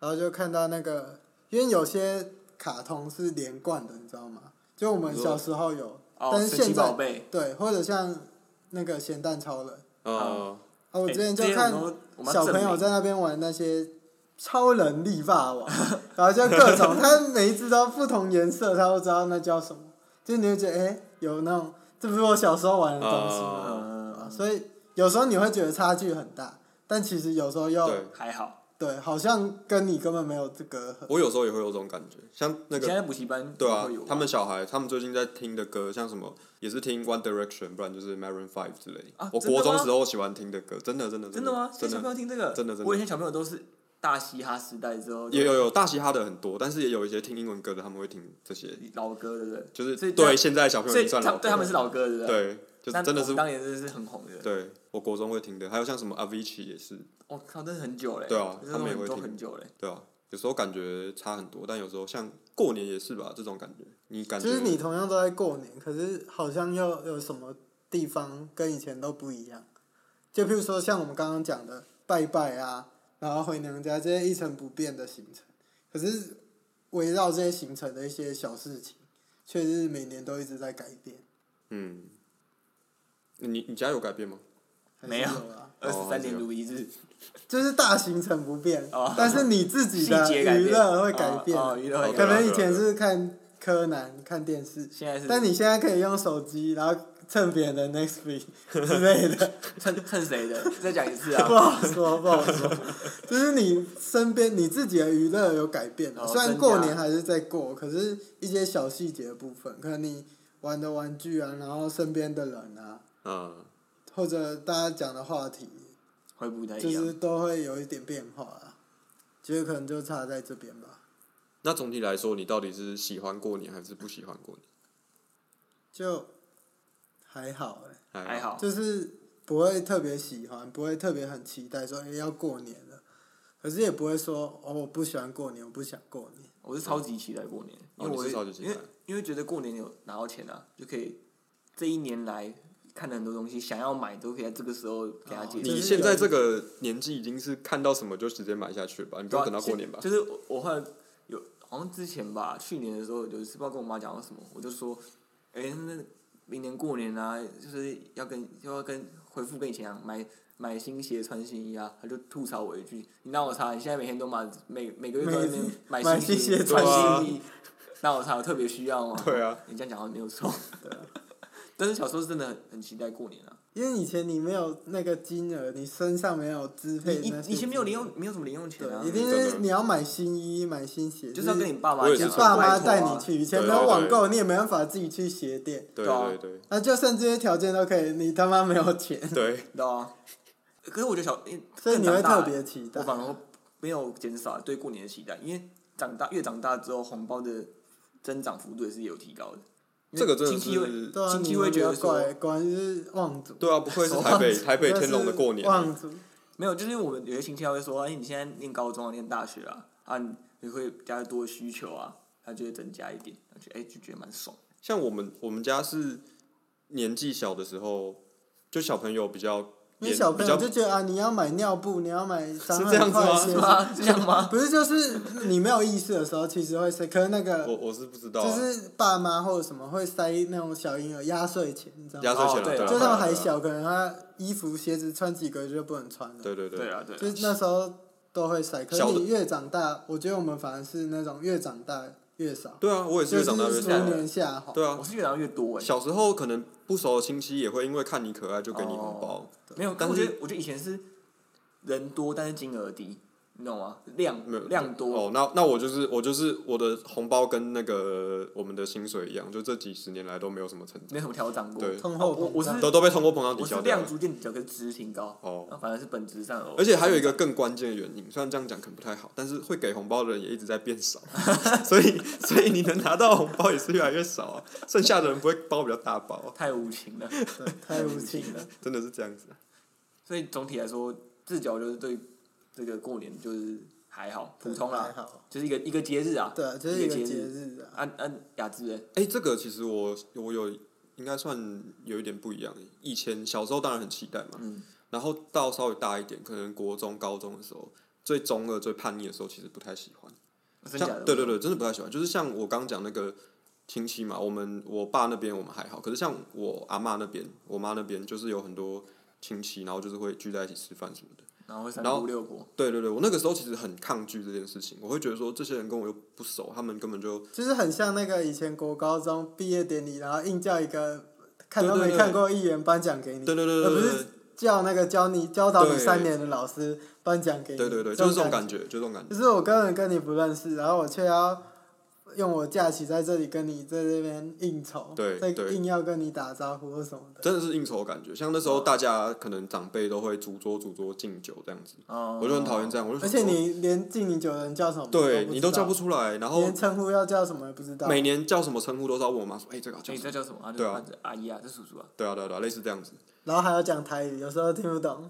[SPEAKER 3] 然后就看到那个，因为有些卡通是连贯的，你知道吗？就我们小时候有，
[SPEAKER 2] 哦，
[SPEAKER 3] 但是
[SPEAKER 2] 神奇
[SPEAKER 3] 现
[SPEAKER 2] 宝
[SPEAKER 3] 在
[SPEAKER 2] 贝。
[SPEAKER 3] 对，或者像那个咸蛋超人
[SPEAKER 4] 呃，
[SPEAKER 3] 啊，我
[SPEAKER 2] 哎
[SPEAKER 3] 之前就
[SPEAKER 2] 这些
[SPEAKER 3] 看
[SPEAKER 2] 我们都我们要
[SPEAKER 3] 小朋
[SPEAKER 2] 证
[SPEAKER 3] 友
[SPEAKER 2] 明
[SPEAKER 3] 在那边玩那些超人力霸 王，然后就各种，他每一只都不同颜色，他都知道那叫什么，就你会觉得哎、有那种，这不是我小时候玩的东西吗？啊，
[SPEAKER 2] 嗯，
[SPEAKER 3] 所以有时候你会觉得差距很大，但其实有时候又
[SPEAKER 4] 对，
[SPEAKER 2] 还好。
[SPEAKER 3] 对好像跟你根本没有这个
[SPEAKER 4] 我有时候也会有这种感觉，像那
[SPEAKER 2] 现
[SPEAKER 4] 个
[SPEAKER 2] 在补习班
[SPEAKER 4] 对啊
[SPEAKER 2] 会有，
[SPEAKER 4] 他们小孩他们最近在听的歌，像什么也是听 One Direction，不然就是 Maroon Five 之类
[SPEAKER 2] 啊。
[SPEAKER 4] 我
[SPEAKER 2] 真的
[SPEAKER 4] 国中
[SPEAKER 2] 吗
[SPEAKER 4] 时候喜欢听的歌，真的真的
[SPEAKER 2] 真
[SPEAKER 4] 的
[SPEAKER 2] 的吗？现
[SPEAKER 4] 真
[SPEAKER 2] 在小朋
[SPEAKER 4] 的
[SPEAKER 2] 友听这个，
[SPEAKER 4] 真的真的
[SPEAKER 2] 我以前小朋友都是大嘻哈时代之后
[SPEAKER 4] 也有有大嘻哈的很多，但是也有一些听英文歌的，他们会听这些，
[SPEAKER 2] 老歌，对不对？
[SPEAKER 4] 就
[SPEAKER 2] 所以
[SPEAKER 4] 是
[SPEAKER 2] 这样
[SPEAKER 4] 对现在小朋友
[SPEAKER 2] 所
[SPEAKER 4] 已
[SPEAKER 2] 以
[SPEAKER 4] 经算
[SPEAKER 2] 他
[SPEAKER 4] 老
[SPEAKER 2] 们
[SPEAKER 4] 歌
[SPEAKER 2] 对他们是老歌，对不？
[SPEAKER 4] 对，就是
[SPEAKER 2] 但
[SPEAKER 4] 真的
[SPEAKER 2] 我
[SPEAKER 4] 是
[SPEAKER 2] 当年真的是很红的。
[SPEAKER 4] 对。我国中会听的，还有像什么 Avicii 也是，
[SPEAKER 2] 我靠，哦真的很久嘞。
[SPEAKER 4] 对啊
[SPEAKER 2] 真的
[SPEAKER 4] 他们也
[SPEAKER 2] 很
[SPEAKER 4] 会
[SPEAKER 2] 都
[SPEAKER 4] 听
[SPEAKER 2] 很久嘞。
[SPEAKER 4] 对啊，有时候感觉差很多，但有时候像过年也是吧，这种感觉，你感觉
[SPEAKER 3] 就是你同样都在过年，可是好像又有什么地方跟以前都不一样。就譬如说像我们刚刚讲的拜拜啊，然后回娘家这些一成不变的行程，可是围绕这些行程的一些小事情，却是每年都一直在改变。
[SPEAKER 4] 嗯，你你家有改变吗？
[SPEAKER 3] 还是
[SPEAKER 2] 没有
[SPEAKER 3] 啊，
[SPEAKER 2] 二十
[SPEAKER 4] 哦
[SPEAKER 2] 三
[SPEAKER 4] 这
[SPEAKER 2] 年
[SPEAKER 4] 个
[SPEAKER 2] 如一日，
[SPEAKER 3] 就是大行程不变，
[SPEAKER 2] 哦
[SPEAKER 3] 但是你自己
[SPEAKER 2] 细
[SPEAKER 3] 的
[SPEAKER 2] 节改变
[SPEAKER 3] 娱乐会改变。
[SPEAKER 2] 哦，哦娱乐会
[SPEAKER 4] 对
[SPEAKER 3] 可
[SPEAKER 2] 改
[SPEAKER 4] 啊
[SPEAKER 3] 能
[SPEAKER 2] 变。
[SPEAKER 3] 以前是看柯南、看电视，
[SPEAKER 2] 现在是
[SPEAKER 3] 但你现在可以用手机，然后蹭别人的 Next Week 之类的，
[SPEAKER 2] 蹭蹭谁的？再讲一次啊
[SPEAKER 3] 不！好说，不好说。就是你身边你自己的娱乐有改变了，
[SPEAKER 2] 哦
[SPEAKER 3] 虽然
[SPEAKER 2] 增
[SPEAKER 3] 过
[SPEAKER 2] 加
[SPEAKER 3] 年还是在过，可是一些小细节的部分，可能你玩的玩具啊，然后身边的人啊，
[SPEAKER 4] 嗯，
[SPEAKER 3] 或者大家讲的话题，
[SPEAKER 2] 会不太
[SPEAKER 3] 就
[SPEAKER 2] 一
[SPEAKER 3] 是
[SPEAKER 2] 样。
[SPEAKER 3] 都会有一点变化啊。就是可能就差在这边吧。
[SPEAKER 4] 那总体来说，你到底是喜欢过年还是不喜欢过年？
[SPEAKER 3] 就还好哎、
[SPEAKER 2] 还好，
[SPEAKER 3] 就是不会特别喜欢，不会特别很期待说、欸、要过年了，可是也不会说哦我不喜欢过年，我不想过年。
[SPEAKER 2] 我是超级期待过年，因
[SPEAKER 4] 哦
[SPEAKER 2] 为
[SPEAKER 4] 你
[SPEAKER 2] 我
[SPEAKER 4] 是
[SPEAKER 2] 会
[SPEAKER 4] 超级期
[SPEAKER 2] 因为
[SPEAKER 4] 待
[SPEAKER 2] 因为觉得过年有拿到钱啊，就可以这一年来看了很多东西，想要买都可以在这个时候给他解
[SPEAKER 3] 就
[SPEAKER 2] 决。
[SPEAKER 3] 是
[SPEAKER 4] 你现在这个年纪已经是看到什么就直接买下去了吧？你不
[SPEAKER 2] 对啊
[SPEAKER 4] 用等到过年吧？
[SPEAKER 2] 就是我我后来有好像之前吧，去年的时候有一次不知道跟我妈讲到什么，我就说，哎、那明年过年啊，就是要跟要跟回复跟以前一样买买新鞋穿新衣啊，她就吐槽我一句，你让我查，你现在每天都买每每个月都在那边买
[SPEAKER 3] 买
[SPEAKER 2] 新
[SPEAKER 3] 新鞋
[SPEAKER 2] 穿
[SPEAKER 4] 穿
[SPEAKER 2] 新衣，让我查，我特别需要吗？
[SPEAKER 4] 对啊，
[SPEAKER 2] 你这样讲好像没有错， 啊但是小时候真的很很期待过年啊，
[SPEAKER 3] 因为以前你没有那个金额，你身上没有支配
[SPEAKER 2] 以
[SPEAKER 3] 那些
[SPEAKER 2] 以以前没有零
[SPEAKER 3] 金
[SPEAKER 2] 用，没有什么零用钱
[SPEAKER 3] 额，
[SPEAKER 2] 啊
[SPEAKER 3] 对，一，定
[SPEAKER 4] 真
[SPEAKER 3] 是
[SPEAKER 4] 的
[SPEAKER 3] 你要买新衣、买新鞋，
[SPEAKER 2] 就是要跟你爸妈
[SPEAKER 4] 我也
[SPEAKER 2] 讲
[SPEAKER 4] 是
[SPEAKER 2] 啊，
[SPEAKER 3] 爸
[SPEAKER 2] 拜
[SPEAKER 3] 妈
[SPEAKER 2] 托
[SPEAKER 3] 带
[SPEAKER 2] 啊
[SPEAKER 3] 你去，以前没
[SPEAKER 4] 对
[SPEAKER 3] 有
[SPEAKER 4] 对
[SPEAKER 3] 网
[SPEAKER 4] 对
[SPEAKER 3] 购，你也没办法自己去鞋店，
[SPEAKER 4] 对
[SPEAKER 2] 对啊
[SPEAKER 4] 对对
[SPEAKER 3] 那就算这些条件都可以，你他妈没有钱，
[SPEAKER 4] 对，
[SPEAKER 2] 对啊，可是我觉得小，因为
[SPEAKER 3] 所以你
[SPEAKER 2] 更
[SPEAKER 3] 会
[SPEAKER 2] 长大了
[SPEAKER 3] 特别期待
[SPEAKER 2] 我。反而没有减少对过年的期待，因为长大越长大之后，红包的增长幅度也是有提高的。因为
[SPEAKER 4] 这个真的
[SPEAKER 2] 亲戚会
[SPEAKER 4] 是
[SPEAKER 3] 对啊，
[SPEAKER 2] 亲戚
[SPEAKER 3] 你
[SPEAKER 2] 会
[SPEAKER 3] 们
[SPEAKER 2] 觉得
[SPEAKER 3] 比较
[SPEAKER 2] 说
[SPEAKER 3] 怪，果然是望族。
[SPEAKER 4] 对啊，不愧是台北台北天龙的过年，啊
[SPEAKER 3] 望族
[SPEAKER 2] 没有，就是我们有些亲戚他会说，哎、你现在念高中啊，念大学啊，啊，你你会比较多需求啊，他就会增加一点，他觉得哎、就觉得蛮爽。
[SPEAKER 4] 像我们我们家是年纪小的时候，就小朋友比较
[SPEAKER 3] 因
[SPEAKER 4] 年
[SPEAKER 3] 为小
[SPEAKER 4] 比
[SPEAKER 3] 朋友
[SPEAKER 4] 较
[SPEAKER 3] 就觉得啊，你要买尿布，你要买三
[SPEAKER 4] 这样
[SPEAKER 3] 万
[SPEAKER 4] 子
[SPEAKER 3] 块
[SPEAKER 2] 是吗？
[SPEAKER 3] 鞋子，
[SPEAKER 4] 吗
[SPEAKER 2] 是这样吗？
[SPEAKER 3] 不是就是你没有意识的时候，其实会塞，可是那
[SPEAKER 4] 我
[SPEAKER 3] 个
[SPEAKER 4] 我是不知道啊，
[SPEAKER 3] 就是爸妈或者什么会塞那种小婴儿压岁钱，你知道
[SPEAKER 4] 压
[SPEAKER 3] 吗？
[SPEAKER 4] 岁
[SPEAKER 2] 哦
[SPEAKER 4] 钱啊
[SPEAKER 2] 对
[SPEAKER 4] 对啊，
[SPEAKER 3] 就他
[SPEAKER 4] 对啊
[SPEAKER 3] 们还，小，可能他衣服鞋子穿几个月就不能穿了，
[SPEAKER 4] 对啊对对
[SPEAKER 2] 对，啊，对啊
[SPEAKER 3] 就是那时候都会塞。可是
[SPEAKER 4] 小的
[SPEAKER 3] 你越长大，我觉得我们反而是那种越长大越少，
[SPEAKER 4] 对啊，我也是
[SPEAKER 3] 就
[SPEAKER 4] 越
[SPEAKER 3] 是
[SPEAKER 4] 长大越
[SPEAKER 3] 逐
[SPEAKER 4] 少啊。
[SPEAKER 3] 年下滑。
[SPEAKER 4] 对啊
[SPEAKER 2] 我，是越长越多哎、
[SPEAKER 4] 小时候可能不熟的亲戚也会因为看你可爱就给你红包，
[SPEAKER 2] 没有，
[SPEAKER 4] 但
[SPEAKER 2] 但我
[SPEAKER 4] 是
[SPEAKER 2] 觉得我觉得以前是人多，但是金额低，你懂吗？量
[SPEAKER 4] 没有
[SPEAKER 2] 量多，
[SPEAKER 4] 哦，那那我就是我就是我的红包跟那个我们的薪水一样，就这几十年来都没有什么成长，
[SPEAKER 2] 没什么调整过。
[SPEAKER 4] 对
[SPEAKER 3] 通
[SPEAKER 2] 哦
[SPEAKER 3] 货
[SPEAKER 2] 我
[SPEAKER 3] 膨
[SPEAKER 2] 我是
[SPEAKER 3] 胀
[SPEAKER 4] 都都被通货膨胀抵
[SPEAKER 2] 我是
[SPEAKER 4] 消掉
[SPEAKER 2] 量
[SPEAKER 4] 了。
[SPEAKER 2] 逐渐比较，可是值挺高，
[SPEAKER 4] 啊哦，
[SPEAKER 2] 那反而是本质上哦
[SPEAKER 4] 而且还有一个更关键的原因，虽然这样讲可能不太好，但是会给红包的人也一直在变少， 所以所以你能拿到的红包也是越来越少啊，剩下的人不会包比较大包、啊，
[SPEAKER 2] 太无情了，
[SPEAKER 3] 对 太无情了。
[SPEAKER 2] 了。
[SPEAKER 4] 真的是这样子啊、
[SPEAKER 2] 所以总体来说，自角就是对这个过年就是还好，普通
[SPEAKER 3] 还
[SPEAKER 2] 啦，
[SPEAKER 3] 好。
[SPEAKER 2] 就是一个一个节日啊。
[SPEAKER 3] 对，就
[SPEAKER 2] 一
[SPEAKER 3] 是
[SPEAKER 2] 个
[SPEAKER 3] 一个
[SPEAKER 2] 节
[SPEAKER 3] 节日啊。
[SPEAKER 2] 按按雅致欸，
[SPEAKER 4] 哎、这个其实我我有应该算有一点不一样。以前小时候当然很期待嘛，
[SPEAKER 2] 嗯，
[SPEAKER 4] 然后到稍微大一点，可能国中、高中的时候，最中二、最叛逆的时候，其实不太喜欢。
[SPEAKER 2] 真假的？
[SPEAKER 4] 像对对，对，真的不太喜欢。就是像我刚刚讲那个亲戚嘛，我们我爸那边我们还好，可是像我阿嬷那边、我妈那边，就是有很多亲戚，然后就是会聚在一起吃饭什么的。
[SPEAKER 2] 然后会三
[SPEAKER 4] 然后
[SPEAKER 2] 姑六婆，
[SPEAKER 4] 对对对，我那个时候其实很抗拒这件事情，我会觉得说这些人跟我又不熟，他们根本就
[SPEAKER 3] 就是很像那个以前国高中毕业典礼，然后硬叫一个看都
[SPEAKER 4] 对对
[SPEAKER 3] 没
[SPEAKER 4] 对
[SPEAKER 3] 看过议员颁奖给你，
[SPEAKER 4] 对对对
[SPEAKER 3] 而不
[SPEAKER 4] 对
[SPEAKER 3] 是叫那个教你教导你
[SPEAKER 4] 对
[SPEAKER 3] 三年的老师颁奖给
[SPEAKER 4] 对
[SPEAKER 3] 你，
[SPEAKER 4] 对对对，就是这种
[SPEAKER 3] 感
[SPEAKER 4] 感觉，就是这种感觉。
[SPEAKER 3] 就是我根本跟你不认识，然后我却要用我假期在这里跟你在这边应酬，
[SPEAKER 4] 对
[SPEAKER 3] 再
[SPEAKER 4] 对
[SPEAKER 3] 硬要跟你打招呼或什么的，
[SPEAKER 4] 真的是应酬的感觉。像那时候大家可能长辈都会主桌主桌敬酒这样子，
[SPEAKER 2] 哦，
[SPEAKER 4] 我就很讨厌这样。我就
[SPEAKER 3] 而
[SPEAKER 4] 想说
[SPEAKER 3] 且你连敬你酒的人叫什么，
[SPEAKER 4] 对你都
[SPEAKER 3] 叫
[SPEAKER 4] 叫不出来，然后
[SPEAKER 3] 连称呼要叫什么也不知道，
[SPEAKER 4] 每年叫什么称呼都是要问我妈说：“哎、这个要
[SPEAKER 2] 哎，
[SPEAKER 4] 叫
[SPEAKER 2] 你
[SPEAKER 4] 什么
[SPEAKER 2] 这叫什么啊？
[SPEAKER 4] 对啊
[SPEAKER 2] 这这阿姨啊，这叔 叔啊，
[SPEAKER 4] 对啊对啊对啊，类似这样子，
[SPEAKER 3] 然后还要讲台语，有时候听不 懂，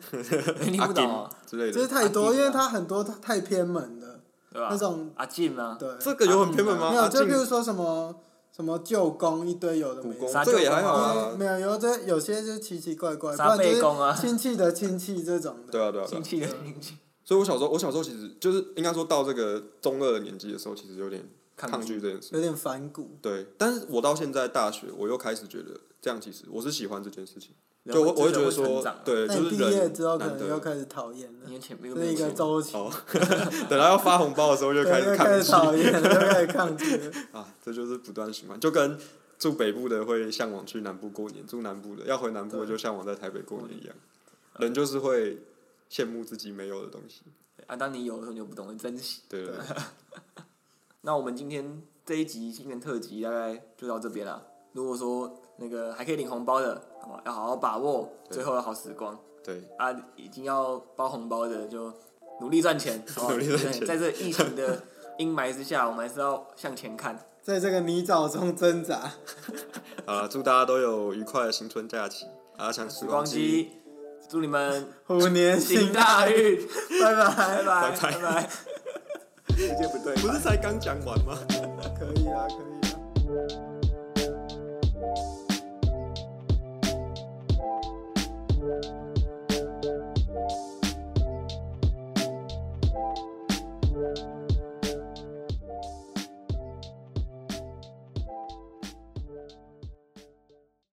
[SPEAKER 2] 你
[SPEAKER 4] 阿
[SPEAKER 2] 不懂啊，
[SPEAKER 4] 金之类
[SPEAKER 3] 就是
[SPEAKER 4] 的。
[SPEAKER 3] 太
[SPEAKER 2] 啊
[SPEAKER 3] 多，
[SPEAKER 2] 听
[SPEAKER 3] 因为它很多太偏门的
[SPEAKER 2] 对吧
[SPEAKER 3] 那？种，
[SPEAKER 2] 阿进吗？
[SPEAKER 3] 对，
[SPEAKER 4] 啊
[SPEAKER 3] 啊
[SPEAKER 4] 这个有很偏门吗？
[SPEAKER 3] 没
[SPEAKER 4] 阿
[SPEAKER 3] 有，
[SPEAKER 4] 进
[SPEAKER 3] 就比如说什么什么舅公一堆有的
[SPEAKER 4] 古
[SPEAKER 3] 没
[SPEAKER 4] 宫
[SPEAKER 3] 的。
[SPEAKER 2] 撒
[SPEAKER 4] 哦这个也还好
[SPEAKER 3] 因为
[SPEAKER 4] 啊。
[SPEAKER 3] 没有，有的有些就奇奇怪怪，不
[SPEAKER 2] 杀
[SPEAKER 3] 然就
[SPEAKER 2] 背公
[SPEAKER 3] 是
[SPEAKER 2] 啊，
[SPEAKER 3] 亲戚的亲戚这种的。
[SPEAKER 4] 对啊对啊对
[SPEAKER 2] 亲
[SPEAKER 4] 啊，
[SPEAKER 2] 戚的亲戚，
[SPEAKER 4] 所以我小时候，我小时候其实就是应该说到这个中二的年纪的时候，其实有点抗拒这件事。
[SPEAKER 3] 有点反骨。
[SPEAKER 4] 对，但是我到现在大学，我又开始觉得这样，其实我是喜欢这件事情。
[SPEAKER 2] 人
[SPEAKER 4] 就我
[SPEAKER 2] 会
[SPEAKER 4] 我会觉
[SPEAKER 2] 人
[SPEAKER 4] 得
[SPEAKER 2] 会
[SPEAKER 4] 说
[SPEAKER 2] 成长啊，
[SPEAKER 4] 对，
[SPEAKER 3] 那
[SPEAKER 4] 就
[SPEAKER 3] 你
[SPEAKER 4] 是
[SPEAKER 3] 毕业
[SPEAKER 4] 人
[SPEAKER 3] 之后可
[SPEAKER 4] 难
[SPEAKER 3] 能
[SPEAKER 4] 得
[SPEAKER 3] 又开始讨厌了，
[SPEAKER 2] 你前面
[SPEAKER 3] 这是一个周期，
[SPEAKER 4] 哦， 等到要发红包的时候就开
[SPEAKER 3] 对，
[SPEAKER 4] 始
[SPEAKER 3] 又
[SPEAKER 4] 抗
[SPEAKER 3] 开
[SPEAKER 4] 拒
[SPEAKER 3] 始讨厌，了，又开始抗拒了。
[SPEAKER 4] 啊，这就是不断循环，就跟住北部的会向往去南部过年，住南部的要回南部的
[SPEAKER 3] 对嗯
[SPEAKER 4] 就向往在台北过年一样，人就是会羡慕自己没有的东西，
[SPEAKER 2] 啊，当你有的时候你就不懂得珍惜。
[SPEAKER 4] 对
[SPEAKER 3] 对
[SPEAKER 4] 对对
[SPEAKER 2] 那我们今天这一集新年特辑大概就到这边啦。如果说那个还可以领红包的，好吧要好好把握
[SPEAKER 4] 对
[SPEAKER 2] 最后的好时光
[SPEAKER 4] 对，
[SPEAKER 2] 啊！已经要包红包的就努力赚钱，好吧
[SPEAKER 4] 努力赚
[SPEAKER 2] 对
[SPEAKER 4] 钱
[SPEAKER 2] 在这疫情的阴霾之下，我们还是要向前看。
[SPEAKER 3] 在这个泥沼中挣扎，
[SPEAKER 4] 好了，祝大家都有愉快的新春假期，啊阿强时
[SPEAKER 2] 时光
[SPEAKER 4] 机，
[SPEAKER 2] 机，祝你们
[SPEAKER 3] 虎年
[SPEAKER 2] 行
[SPEAKER 3] 行
[SPEAKER 2] 大运，
[SPEAKER 3] 拜拜。
[SPEAKER 2] 拜拜
[SPEAKER 4] 拜拜
[SPEAKER 2] 拜拜。
[SPEAKER 4] 不是才刚讲完吗？
[SPEAKER 3] 可以啊，可以啊。
[SPEAKER 4] 拜拜。